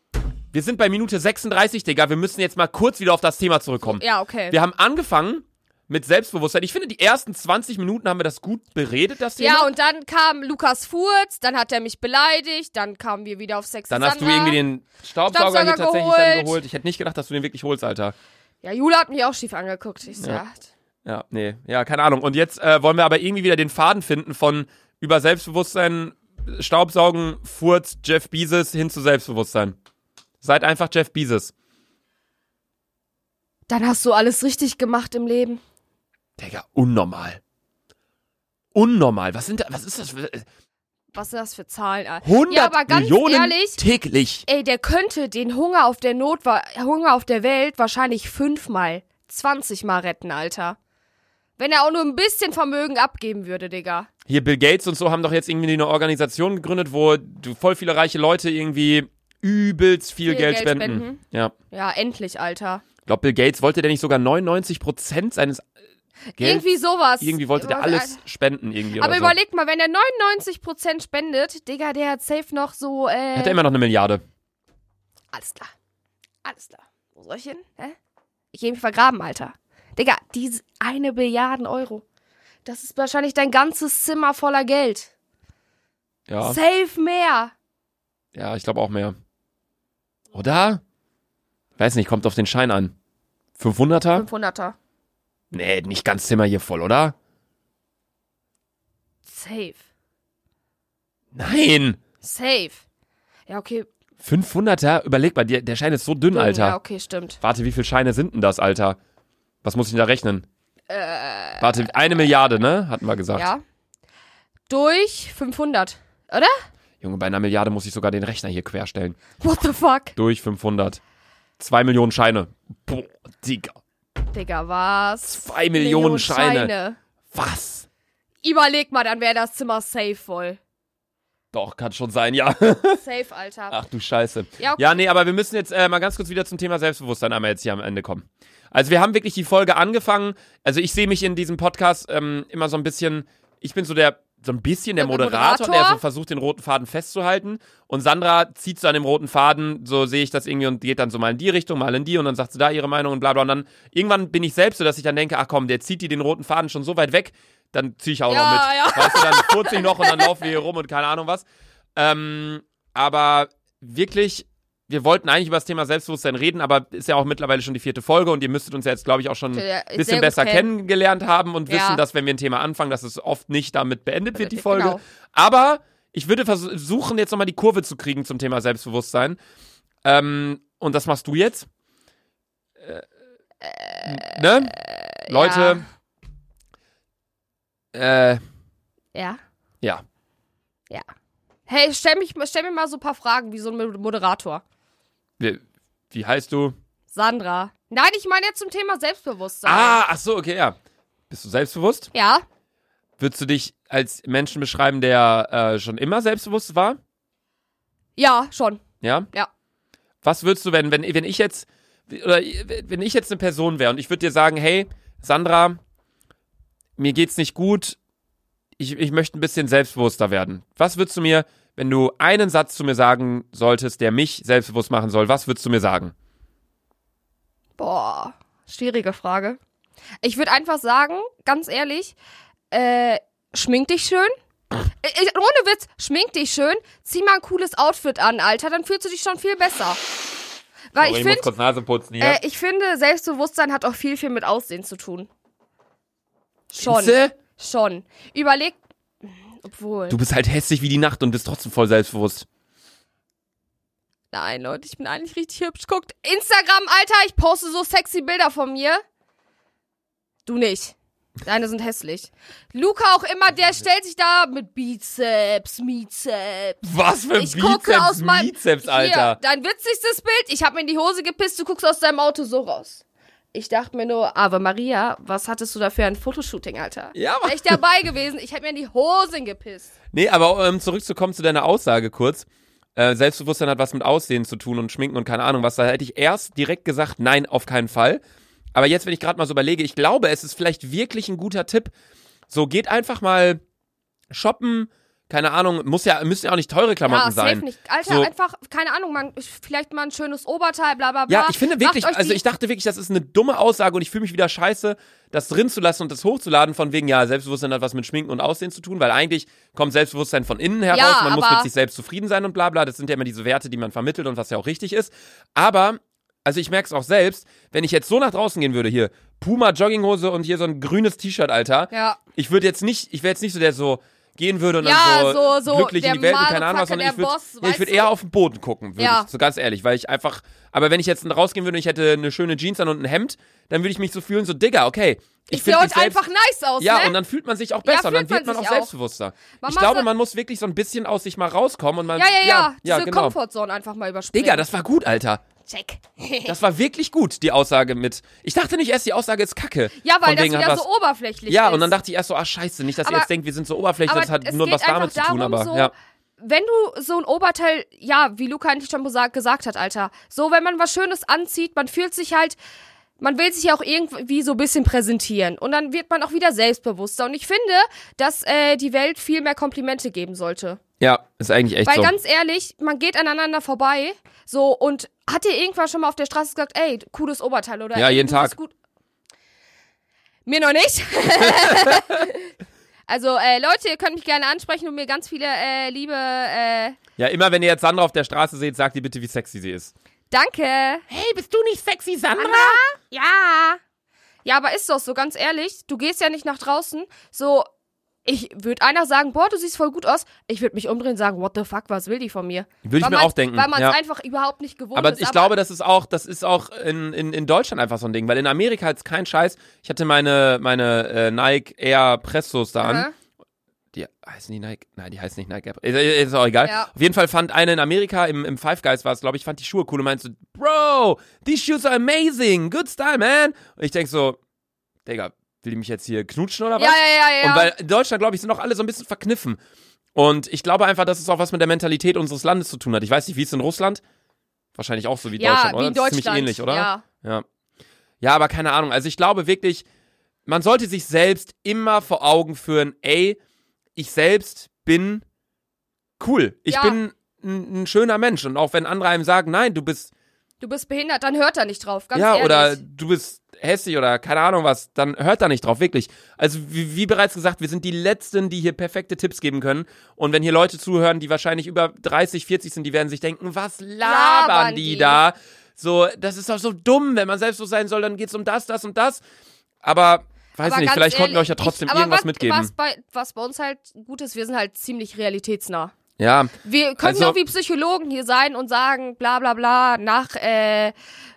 A: wir sind bei Minute 36, Digga, wir müssen jetzt mal kurz wieder auf das Thema zurückkommen.
B: Ja, okay.
A: Wir haben angefangen mit Selbstbewusstsein. Ich finde, die ersten 20 Minuten haben wir das gut beredet, das Thema.
B: Ja, und dann kam Lukas Furz, dann hat er mich beleidigt, dann kamen wir wieder auf Sex
A: Dann
B: und
A: hast du
B: Sandra.
A: irgendwie den Staubsauger,
B: Staubsauger
A: hier tatsächlich dann
B: geholt.
A: geholt. Ich hätte nicht gedacht, dass du den wirklich holst, Alter.
B: Ja, Jule hat mich auch schief angeguckt. Ich so,
A: Ja.
B: ja.
A: Ja, nee, ja, keine Ahnung. Und jetzt äh, wollen wir aber irgendwie wieder den Faden finden von über Selbstbewusstsein, Staubsaugen, Furz, Jeff Bezos hin zu Selbstbewusstsein. Seid einfach Jeff Bezos.
B: Dann hast du alles richtig gemacht im Leben.
A: Digga, unnormal. Unnormal. Was sind da, was ist das? für-
B: Was sind das für Zahlen? Alter?
A: 100
B: ja, aber ganz
A: Millionen
B: ehrlich,
A: täglich.
B: ey, der könnte den Hunger auf der Not, wa- Hunger auf der Welt wahrscheinlich fünfmal, 20 Mal retten, Alter. Wenn er auch nur ein bisschen Vermögen abgeben würde, Digga.
A: Hier Bill Gates und so haben doch jetzt irgendwie eine Organisation gegründet, wo du voll viele reiche Leute irgendwie übelst viel,
B: Viel
A: Geld,
B: Geld
A: spenden.
B: spenden.
A: Ja.
B: Ja, endlich, Alter.
A: Ich glaube, Bill Gates wollte der nicht sogar 99% seines Geldes.
B: Irgendwie sowas.
A: Irgendwie wollte der
B: Über-
A: alles spenden irgendwie.
B: Aber
A: oder so.
B: überleg mal, wenn er 99% spendet, Digga, der hat safe noch so, äh.
A: Hat er immer noch eine Milliarde.
B: Alles klar. Alles klar. Wo soll ich hin? Hä? Ich geh mich vergraben, Alter. Digga, diese eine Billiarden Euro. Das ist wahrscheinlich dein ganzes Zimmer voller Geld.
A: Ja,
B: Safe mehr.
A: ja ich glaube auch mehr. Oder? Weiß nicht, kommt auf den Schein an. 500er?
B: 500er.
A: Nee, nicht ganz Zimmer hier voll, oder?
B: Safe.
A: Nein!
B: Safe. Ja, okay.
A: 500er? Überleg mal, der, der Schein ist so dünn, Alter.
B: Ja, okay, stimmt.
A: Warte, wie viele Scheine sind denn das, Alter? Was muss ich denn da rechnen? Warte, eine Milliarde, ne? Hatten wir gesagt.
B: Äh. Ja. Durch 500. Oder?
A: Junge, bei einer Milliarde muss ich sogar den Rechner hier querstellen.
B: What the fuck?
A: Durch 500. Zwei Millionen Scheine. Boah, Digga.
B: Digga, was?
A: Zwei Millionen Scheine. Was?
B: Überleg mal, dann wäre das Zimmer safe voll.
A: Doch, kann schon sein, ja.
B: Safe, Alter.
A: Ach du Scheiße.
B: Ja, okay.
A: ja nee, aber wir müssen jetzt äh, mal ganz kurz wieder zum Thema Selbstbewusstsein einmal jetzt hier am Ende kommen. Also wir haben wirklich die Folge angefangen. Also ich sehe mich in diesem Podcast ähm, immer so ein bisschen, ich bin so der so ein bisschen der
B: Der
A: Moderator,
B: Moderator.
A: der so versucht, den roten Faden festzuhalten. Und Sandra zieht so an dem roten Faden, so sehe ich das irgendwie und geht dann so mal in die Richtung, mal in die und dann sagt sie da ihre Meinung und bla bla. Und dann irgendwann bin ich selbst so, dass ich dann denke, ach komm, der zieht die den roten Faden schon so weit weg, dann ziehe ich auch noch
B: Ja,
A: mit.
B: ja.
A: Weißt du, dann furze ich noch und dann laufen wir hier rum und keine Ahnung was. Ähm, aber wirklich, wir wollten eigentlich über das Thema Selbstbewusstsein reden, aber ist ja auch mittlerweile schon die vierte Folge und ihr müsstet uns ja jetzt, glaube ich, auch schon
B: Ja,
A: ein
B: Äh, sehr
A: bisschen
B: gut
A: besser
B: kennen.
A: kennengelernt haben und
B: Ja.
A: wissen, dass wenn wir ein Thema anfangen, dass es oft nicht damit beendet wird, die Folge.
B: Genau.
A: Aber ich würde versuchen, jetzt nochmal die Kurve zu kriegen zum Thema Selbstbewusstsein. Ähm, und das machst du jetzt. Äh, ne? Leute. Äh,
B: Ja.
A: ja.
B: Hey, stell, mich, stell mir mal so ein paar Fragen wie so ein Moderator.
A: Wie, wie heißt du?
B: Sandra. Nein, ich meine jetzt zum Thema Selbstbewusstsein.
A: Ah, ach so, okay, ja. Bist du selbstbewusst?
B: Ja.
A: Würdest du dich als Menschen beschreiben, der äh, schon immer selbstbewusst war?
B: Ja, schon.
A: Ja?
B: Ja.
A: Was würdest du, wenn, wenn, wenn ich jetzt, oder wenn ich jetzt eine Person wäre und ich würde dir sagen, hey, Sandra, mir geht's nicht gut. Ich, ich möchte ein bisschen selbstbewusster werden. Was würdest du mir, wenn du einen Satz zu mir sagen solltest, der mich selbstbewusst machen soll, was würdest du mir sagen?
B: Boah, schwierige Frage. Ich würde einfach sagen, ganz ehrlich, äh, schmink dich schön. Ich, ich- ohne Witz, schmink dich schön, zieh mal ein cooles Outfit an, Alter, dann fühlst du dich schon viel besser. Weil ich finde,
A: kurz Nase putzen hier.
B: äh, ich finde, Selbstbewusstsein hat auch viel, viel mit Aussehen zu tun. Schon. Schon. Überleg. Obwohl.
A: Du bist halt hässlich wie die Nacht und bist trotzdem voll selbstbewusst.
B: Nein, Leute, ich bin eigentlich richtig hübsch. Guckt Instagram, Alter, ich poste so sexy Bilder von mir. Du nicht. Deine sind hässlich. Luca auch immer, der
A: Also,
B: stellt sich da mit Bizeps, Mizeps.
A: Was für ein
B: Ich gucke aus meinem
A: Bizeps,
B: Hier,
A: Alter.
B: dein witzigstes Bild. Ich habe mir in die Hose gepisst, du guckst aus deinem Auto so raus. Ich dachte mir nur, Ave Maria, was hattest du da für ein Fotoshooting, Alter?
A: Ja, Mann.
B: Wäre ich dabei gewesen, ich hätte mir in die Hosen gepisst.
A: Nee, aber um zurückzukommen zu deiner Aussage kurz. Äh, Selbstbewusstsein hat was mit Aussehen zu tun und Schminken und keine Ahnung was. Da hätte ich erst direkt gesagt, nein, auf keinen Fall. Aber jetzt, wenn ich gerade mal so überlege, ich glaube, es ist vielleicht wirklich ein guter Tipp. So, geht einfach mal shoppen. Keine Ahnung, muss ja, müssen ja auch nicht teure Klamotten
B: ja,
A: sein.
B: Safe nicht. Alter,
A: So.
B: einfach, keine Ahnung, man, vielleicht mal ein schönes Oberteil, bla bla bla.
A: Ja, ich finde
B: Macht
A: wirklich,
B: euch
A: also
B: die-
A: ich dachte wirklich, das ist eine dumme Aussage und ich fühle mich wieder scheiße, das drin zu lassen und das hochzuladen, von wegen, ja, Selbstbewusstsein hat was mit Schminken und Aussehen zu tun, weil eigentlich kommt Selbstbewusstsein von innen heraus,
B: Ja,
A: man muss
B: aber-
A: mit sich selbst zufrieden sein und bla bla. Das sind ja immer diese Werte, die man vermittelt und was ja auch richtig ist. Aber, also ich merke es auch selbst, wenn ich jetzt so nach draußen gehen würde, hier, Puma Jogginghose und hier so ein grünes T-Shirt, Alter,
B: Ja.
A: ich würde jetzt nicht, ich wäre jetzt nicht so der so gehen würde und
B: Ja,
A: dann so,
B: so- so
A: glücklich in
B: der
A: die Welt und keine Ahnung was,
B: Motherfucker,
A: sondern ich
B: der
A: würde
B: Boss,
A: ja, ich
B: weißt
A: würd
B: du?
A: eher auf den Boden gucken, würde
B: Ja.
A: ich, so ganz ehrlich, weil ich einfach, aber wenn ich jetzt rausgehen würde und ich hätte eine schöne Jeans an und ein Hemd, dann würde ich mich so fühlen, so Digga, okay, ich,
B: Ich sehe
A: finde mich
B: heute
A: selbst,
B: einfach nice aus,
A: ja,
B: ne?
A: und dann fühlt man sich auch
B: Ja,
A: besser und dann
B: fühlt
A: wird man
B: man
A: auch
B: sich auch.
A: selbstbewusster.
B: Man
A: ich
B: macht
A: glaube,
B: so-
A: man muss wirklich so ein bisschen aus sich mal rauskommen und man,
B: ja, ja, ja,
A: ja,
B: diese
A: genau.
B: Comfortzone einfach mal überspringen.
A: Digga, das war gut, Alter.
B: Check.
A: Das war wirklich gut, die Aussage mit. Ich dachte nicht erst, die Aussage ist kacke.
B: ja, weil
A: von
B: das
A: wegen hat
B: wieder
A: was-
B: so oberflächlich ist.
A: ja, und dann dachte ich erst so, ah, scheiße, nicht, dass ihr
B: Aber-
A: jetzt denkt, wir sind so oberflächlich,
B: aber
A: das hat
B: es
A: nur
B: geht
A: was damit
B: einfach
A: zu tun,
B: darum,
A: aber
B: so,
A: ja.
B: Wenn du so ein Oberteil, ja, wie Luca eigentlich schon gesagt, gesagt hat, Alter, so, wenn man was Schönes anzieht, man fühlt sich halt, man will sich ja auch irgendwie so ein bisschen präsentieren. Und dann wird man auch wieder selbstbewusster. Und ich finde, dass äh, die Welt viel mehr Komplimente geben sollte.
A: Ja, ist eigentlich echt
B: Weil
A: so.
B: ganz ehrlich, man geht aneinander vorbei, so und hat dir irgendwann schon mal auf der Straße gesagt, ey, cooles Oberteil oder
A: Ja,
B: ey,
A: jeden
B: du siehst
A: Tag.
B: Gut. Mir noch nicht. also äh, Leute, ihr könnt mich gerne ansprechen und mir ganz viele äh, liebe äh,
A: ja, immer wenn ihr jetzt Sandra auf der Straße seht, sagt ihr bitte, wie sexy sie ist.
B: Danke.
A: Hey, bist du nicht sexy, Sandra?
B: Ja. Ja, aber ist doch so, ganz ehrlich, du gehst ja nicht nach draußen, so ich würde einer sagen, boah, du siehst voll gut aus. Ich würde mich umdrehen und sagen, what the fuck, was will die von mir?
A: Würde ich
B: Weil
A: mir
B: man-
A: auch denken.
B: Weil man es
A: ja.
B: einfach überhaupt nicht gewohnt
A: aber
B: ist.
A: ich glaube, das ist auch, das ist auch in, in, in Deutschland einfach so ein Ding, weil in Amerika ist kein Scheiß. Ich hatte meine, meine äh, Nike Air Pressos da an.
B: Aha.
A: Die heißen die Nike? Nein, die heißen nicht Nike. Air- Ist, ist auch egal.
B: Ja.
A: Auf jeden Fall fand eine in Amerika, im, im Five Guys war es, glaube ich, fand die Schuhe cool und meinte so, Bro, these shoes are amazing. Good style, man. Und ich denk so, Digga, will die mich jetzt hier knutschen oder was?
B: ja, ja, ja, ja.
A: Und weil in Deutschland, glaube ich, sind auch alle so ein bisschen verkniffen. Und ich glaube einfach, dass es auch was mit der Mentalität unseres Landes zu tun hat. Ich weiß nicht, wie es in Russland? Wahrscheinlich auch so wie
B: ja,
A: Deutschland,
B: wie
A: oder?
B: in
A: Das ist
B: Deutschland.
A: Ziemlich ähnlich, oder?
B: Ja.
A: ja. Ja, aber keine Ahnung. Also ich glaube wirklich, man sollte sich selbst immer vor Augen führen, ey, ich selbst bin cool. Ich
B: Ja.
A: bin ein, ein schöner Mensch. Und auch wenn andere einem sagen, nein, du bist
B: Du bist behindert, dann hört er nicht drauf, ganz
A: ja,
B: ehrlich.
A: oder du bist hässlich oder keine Ahnung was, dann hört da nicht drauf, wirklich. Also, wie, wie bereits gesagt, wir sind die Letzten, die hier perfekte Tipps geben können. Und wenn hier Leute zuhören, die wahrscheinlich über 30, 40 sind, die werden sich denken, was labern,
B: Labern
A: die,
B: die?
A: da? So, das ist doch so dumm, wenn man selbst so sein soll, dann geht's um das, das und das. Aber, weiß
B: Aber
A: nicht,
B: ganz
A: vielleicht konnten wir euch
B: ehrlich,
A: ja trotzdem
B: ich, aber
A: irgendwas
B: was,
A: mitgeben.
B: Was bei, was bei uns halt gut ist, wir sind halt ziemlich realitätsnah.
A: Ja,
B: Wir können
A: Also-
B: auch wie Psychologen hier sein und sagen, bla bla bla, nach äh,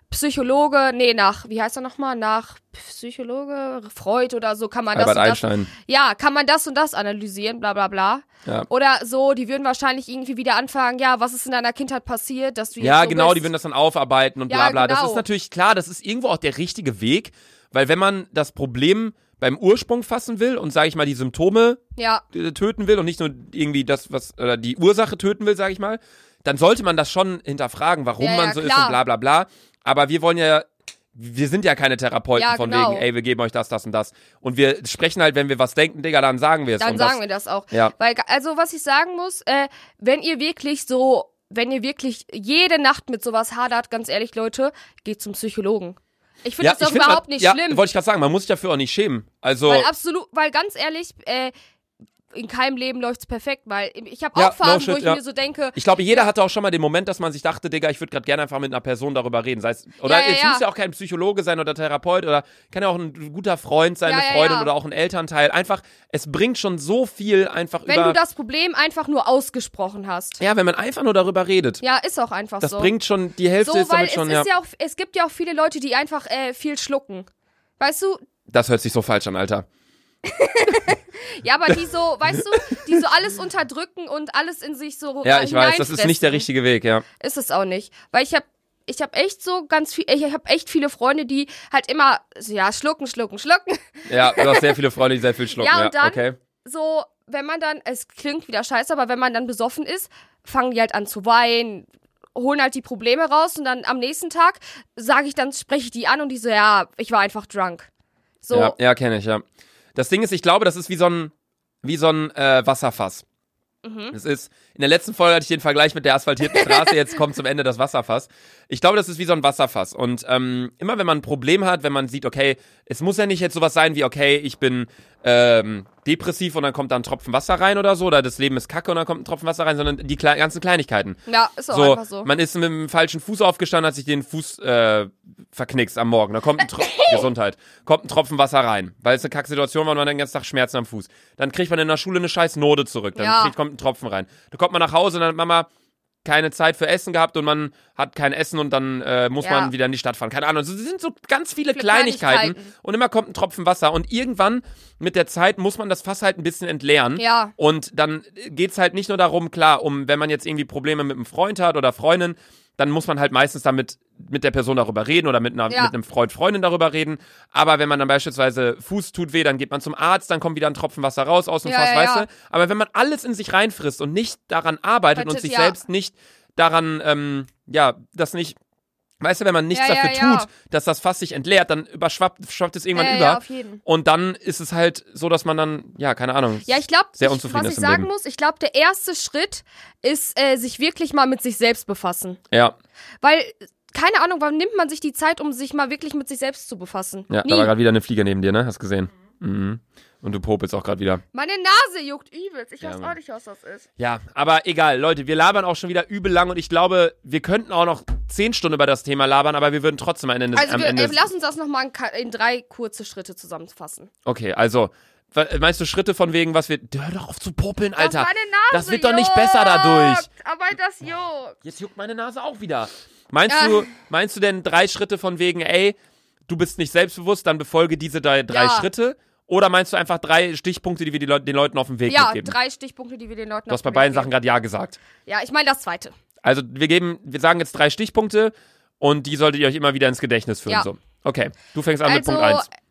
B: Psychologe, nee, nach, wie heißt er nochmal? Nach Psychologe, Freud oder so kann man das
A: Albert
B: und das.
A: Einstein.
B: Ja, kann man das und das analysieren, bla bla bla.
A: Ja.
B: Oder so, die würden wahrscheinlich irgendwie wieder anfangen, ja, was ist in deiner Kindheit passiert, dass du jetzt
A: Ja,
B: so
A: genau,
B: bist.
A: die würden das dann aufarbeiten und bla
B: Ja,
A: bla. Das
B: genau.
A: ist natürlich klar, das ist irgendwo auch der richtige Weg, weil wenn man das Problem beim Ursprung fassen will und, sage ich mal, die Symptome
B: Ja,
A: äh, töten will und nicht nur irgendwie das, was, oder die Ursache töten will, sage ich mal, dann sollte man das schon hinterfragen, warum
B: Ja, ja,
A: man so ist
B: klar.
A: und bla bla bla. Aber wir wollen ja wir sind ja keine Therapeuten
B: Ja,
A: von
B: genau.
A: wegen, ey, wir geben euch das, das und das. Und wir sprechen halt, wenn wir was denken, Digga, dann sagen wir es.
B: Dann
A: und
B: sagen
A: das,
B: wir das auch.
A: Ja.
B: Weil, also was ich sagen muss, äh, wenn ihr wirklich so, wenn ihr wirklich jede Nacht mit sowas hadert, ganz ehrlich, Leute, geht zum Psychologen. Ich finde das doch
A: find,
B: überhaupt
A: man,
B: nicht
A: ja,
B: schlimm.
A: Wollte ich gerade sagen, man muss sich dafür auch nicht schämen. Also,
B: Weil absolut, weil ganz ehrlich, äh, in keinem Leben läuft's perfekt, weil ich habe auch
A: Ja, no
B: Phasen,
A: shit,
B: wo ich
A: ja.
B: mir so denke,
A: ich glaube, jeder hatte auch schon mal den Moment, dass man sich dachte, Digga, ich würde gerade gerne einfach mit einer Person darüber reden. Sei es, oder
B: Ja, ja,
A: es
B: ja.
A: muss ja auch kein Psychologe sein oder Therapeut oder kann ja auch ein guter Freund sein,
B: Ja,
A: eine
B: ja,
A: Freundin
B: ja.
A: oder auch ein Elternteil. Einfach, es bringt schon so viel einfach
B: wenn
A: über.
B: du das Problem einfach nur ausgesprochen hast.
A: ja, wenn man einfach nur darüber redet.
B: Ja, ist auch einfach
A: Das
B: so.
A: bringt schon, die Hälfte
B: so,
A: ist
B: weil
A: damit
B: es
A: schon, ja.
B: ist ja auch, es gibt ja auch viele Leute, die einfach äh, viel schlucken. Weißt du,
A: Das hört sich so falsch an, Alter.
B: Ja, aber die so, weißt du, die so alles unterdrücken und alles in sich so
A: Ja, ich weiß, das ist
B: hineinfressen.
A: nicht der richtige Weg, ja.
B: Ist es auch nicht, weil ich habe ich habe echt so ganz viel ich habe echt viele Freunde, die halt immer so, ja, schlucken, schlucken, schlucken.
A: Ja, du hast sehr viele Freunde, die sehr viel schlucken.
B: Ja, und dann-
A: okay.
B: So, wenn man dann es klingt wieder scheiße, aber wenn man dann besoffen ist, fangen die halt an zu weinen, holen halt die Probleme raus und dann am nächsten Tag sage ich dann spreche ich die an und die so, ja, ich war einfach drunk. So,
A: Ja, ja kenne ich, ja. Das Ding ist, ich glaube, das ist wie so ein, wie so ein äh, Wasserfass. Es ist, in der letzten Folge hatte ich den Vergleich mit der asphaltierten Straße, jetzt kommt zum Ende das Wasserfass. Ich glaube, das ist wie so ein Wasserfass. Und ähm, immer wenn man ein Problem hat, wenn man sieht, okay, es muss ja nicht jetzt sowas sein wie, okay, ich bin ähm, depressiv und dann kommt da ein Tropfen Wasser rein oder so, oder das Leben ist kacke und dann kommt ein Tropfen Wasser rein, sondern die kle ganzen Kleinigkeiten.
B: ja ist auch
A: So,
B: einfach so.
A: man ist mit dem falschen Fuß aufgestanden, hat sich den Fuß äh, verknickst am Morgen. Da kommt ein Tro Gesundheit, kommt ein Tropfen Wasser rein, weil es eine Kacksituation war und man den ganzen Tag Schmerzen am Fuß. Dann kriegt man in der Schule eine scheiß Note zurück, dann
B: Ja.
A: kriegt, kommt ein Tropfen rein. Da kommt man nach Hause und dann hat Mama keine Zeit für Essen gehabt und man hat kein Essen und dann äh, muss
B: Ja.
A: man wieder in die Stadt fahren. Keine Ahnung. Es sind so ganz viele
B: Viele
A: Kleinigkeiten,
B: Kleinigkeiten.
A: und immer kommt ein Tropfen Wasser und irgendwann mit der Zeit muss man das Fass halt ein bisschen entleeren.
B: Ja.
A: Und dann geht's halt nicht nur darum, klar, um wenn man jetzt irgendwie Probleme mit einem Freund hat oder Freundin, dann muss man halt meistens damit mit der Person darüber reden oder mit, einer,
B: Ja.
A: mit einem Freund, Freundin darüber reden. Aber wenn man dann beispielsweise Fuß tut weh, dann geht man zum Arzt, dann kommt wieder ein Tropfen Wasser raus aus dem
B: Ja,
A: Fass,
B: ja,
A: weißt
B: ja.
A: du? Aber wenn man alles in sich reinfrisst und nicht daran arbeitet und
B: Arbeitet,
A: sich
B: ja.
A: selbst nicht daran, ähm, ja, das nicht, weißt du, wenn man nichts
B: Ja, ja,
A: dafür
B: ja.
A: tut, dass das Fass sich entleert, dann überschwappt schwappt es irgendwann
B: Ja, ja,
A: über.
B: auf jeden.
A: Und dann ist es halt so, dass man dann, ja, keine Ahnung,
B: Ja, ich glaube,
A: sehr unzufrieden
B: was ich
A: ist im
B: sagen
A: Leben.
B: muss, ich glaube, der erste Schritt ist, äh, sich wirklich mal mit sich selbst befassen.
A: Ja,
B: Weil, keine Ahnung, wann nimmt man sich die Zeit, um sich mal wirklich mit sich selbst zu befassen?
A: ja
B: Nie.
A: da war gerade wieder eine Fliege neben dir, ne? Hast gesehen. Mhm. Und du popelst auch gerade wieder.
B: Meine Nase juckt übelst. Ich
A: Ja,
B: weiß auch
A: Mann.
B: nicht, was das ist.
A: Ja, aber egal, Leute, wir labern auch schon wieder übel lang und ich glaube, wir könnten auch noch zehn Stunden über das Thema labern, aber wir würden trotzdem am Ende.
B: Also,
A: am
B: wir,
A: Ende
B: äh, lass uns das nochmal in, ka- in drei kurze Schritte zusammenfassen.
A: okay, also, wa- meinst du Schritte von wegen, was wir. Hör doch auf zu popeln, Alter.
B: Dass meine Nase
A: das wird doch nicht
B: juckt,
A: besser dadurch.
B: Aber das juckt.
A: Jetzt juckt meine Nase auch wieder. Meinst,
B: Ja.
A: du, meinst du denn drei Schritte von wegen, ey, du bist nicht selbstbewusst, dann befolge diese drei, drei
B: Ja.
A: Schritte? Oder meinst du einfach drei Stichpunkte, die wir die Leu- den Leuten auf den Weg
B: Ja,
A: mitgeben?
B: drei Stichpunkte, die wir den Leuten
A: du hast bei
B: auf den
A: beiden
B: Weg
A: Sachen
B: geben.
A: gerade Ja gesagt.
B: Ja, ich meine das zweite.
A: Also wir geben, wir sagen jetzt drei Stichpunkte und die solltet ihr euch immer wieder ins Gedächtnis führen.
B: Ja.
A: So. Okay, du fängst an mit
B: also,
A: Punkt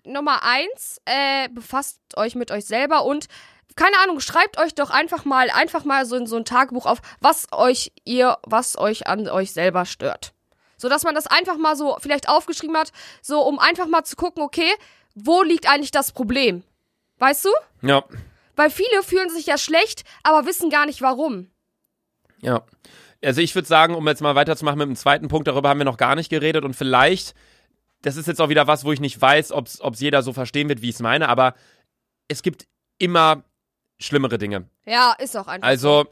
A: 1.
B: Nummer eins, äh, befasst euch mit euch selber und keine Ahnung, schreibt euch doch einfach mal, einfach mal so in so ein Tagebuch auf, was euch ihr, was euch an euch selber stört. So dass man das einfach mal so vielleicht aufgeschrieben hat, so um einfach mal zu gucken, okay, wo liegt eigentlich das Problem? Weißt du?
A: Ja,
B: Weil viele fühlen sich ja schlecht, aber wissen gar nicht warum.
A: ja. Also ich würde sagen, um jetzt mal weiterzumachen mit dem zweiten Punkt, darüber haben wir noch gar nicht geredet und vielleicht, das ist jetzt auch wieder was, wo ich nicht weiß, ob es jeder so verstehen wird, wie ich es meine, aber es gibt immer schlimmere Dinge.
B: Ja, ist auch einfach.
A: Also,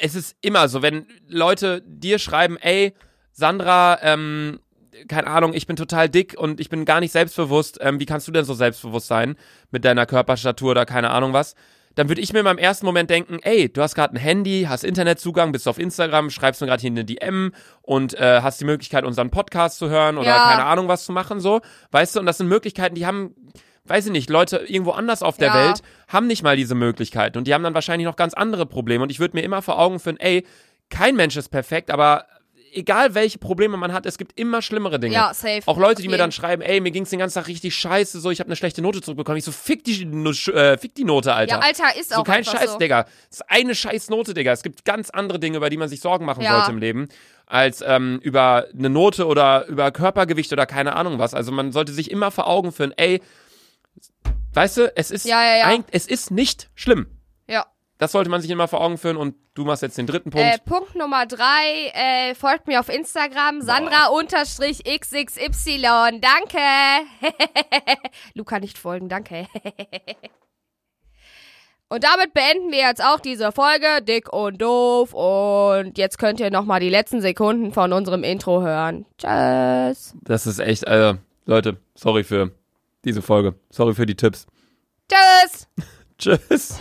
A: es ist immer so, wenn Leute dir schreiben, ey, Sandra, ähm, keine Ahnung, ich bin total dick und ich bin gar nicht selbstbewusst. Ähm, wie kannst du denn so selbstbewusst sein mit deiner Körperstatur oder keine Ahnung was? Dann würde ich mir in meinem ersten Moment denken, ey, du hast gerade ein Handy, hast Internetzugang, bist auf Instagram, schreibst mir gerade hier eine DM und äh, hast die Möglichkeit, unseren Podcast zu hören oder
B: Ja.
A: keine Ahnung was zu machen, so. Weißt du, und das sind Möglichkeiten, die haben, weiß ich nicht, Leute irgendwo anders auf der
B: Ja.
A: Welt haben nicht mal diese Möglichkeiten und die haben dann wahrscheinlich noch ganz andere Probleme. Und ich würde mir immer vor Augen führen, ey, kein Mensch ist perfekt, aber egal welche Probleme man hat, es gibt immer schlimmere Dinge.
B: Ja, safe.
A: Auch Leute, die
B: Auf
A: mir
B: jeden.
A: dann schreiben, ey, mir ging's den ganzen Tag richtig scheiße, so ich habe eine schlechte Note zurückbekommen. Ich so fick die Nu- Sch- äh, fick die Note, Alter.
B: Ja, Alter, ist
A: so
B: auch
A: kein
B: einfach
A: Scheiß,
B: so.
A: Digga. Das ist eine scheiß Note, Digga. Es gibt ganz andere Dinge, über die man sich Sorgen machen
B: Ja.
A: sollte im Leben, als ähm, über eine Note oder über Körpergewicht oder keine Ahnung was. Also man sollte sich immer vor Augen führen, ey, weißt du, es ist,
B: Ja, ja, ja.
A: eig- es ist nicht schlimm.
B: Ja.
A: Das sollte man sich immer vor Augen führen und du machst jetzt den dritten Punkt.
B: Äh, Punkt Nummer drei, äh, folgt mir auf Instagram, Sandra-XXY, danke. Luca nicht folgen, danke. und damit beenden wir jetzt auch diese Folge, dick und doof. Und jetzt könnt ihr nochmal die letzten Sekunden von unserem Intro hören. Tschüss.
A: Das ist echt, äh, Leute, sorry für diese Folge. Sorry für die Tipps.
B: Tschüss.
A: Tschüss.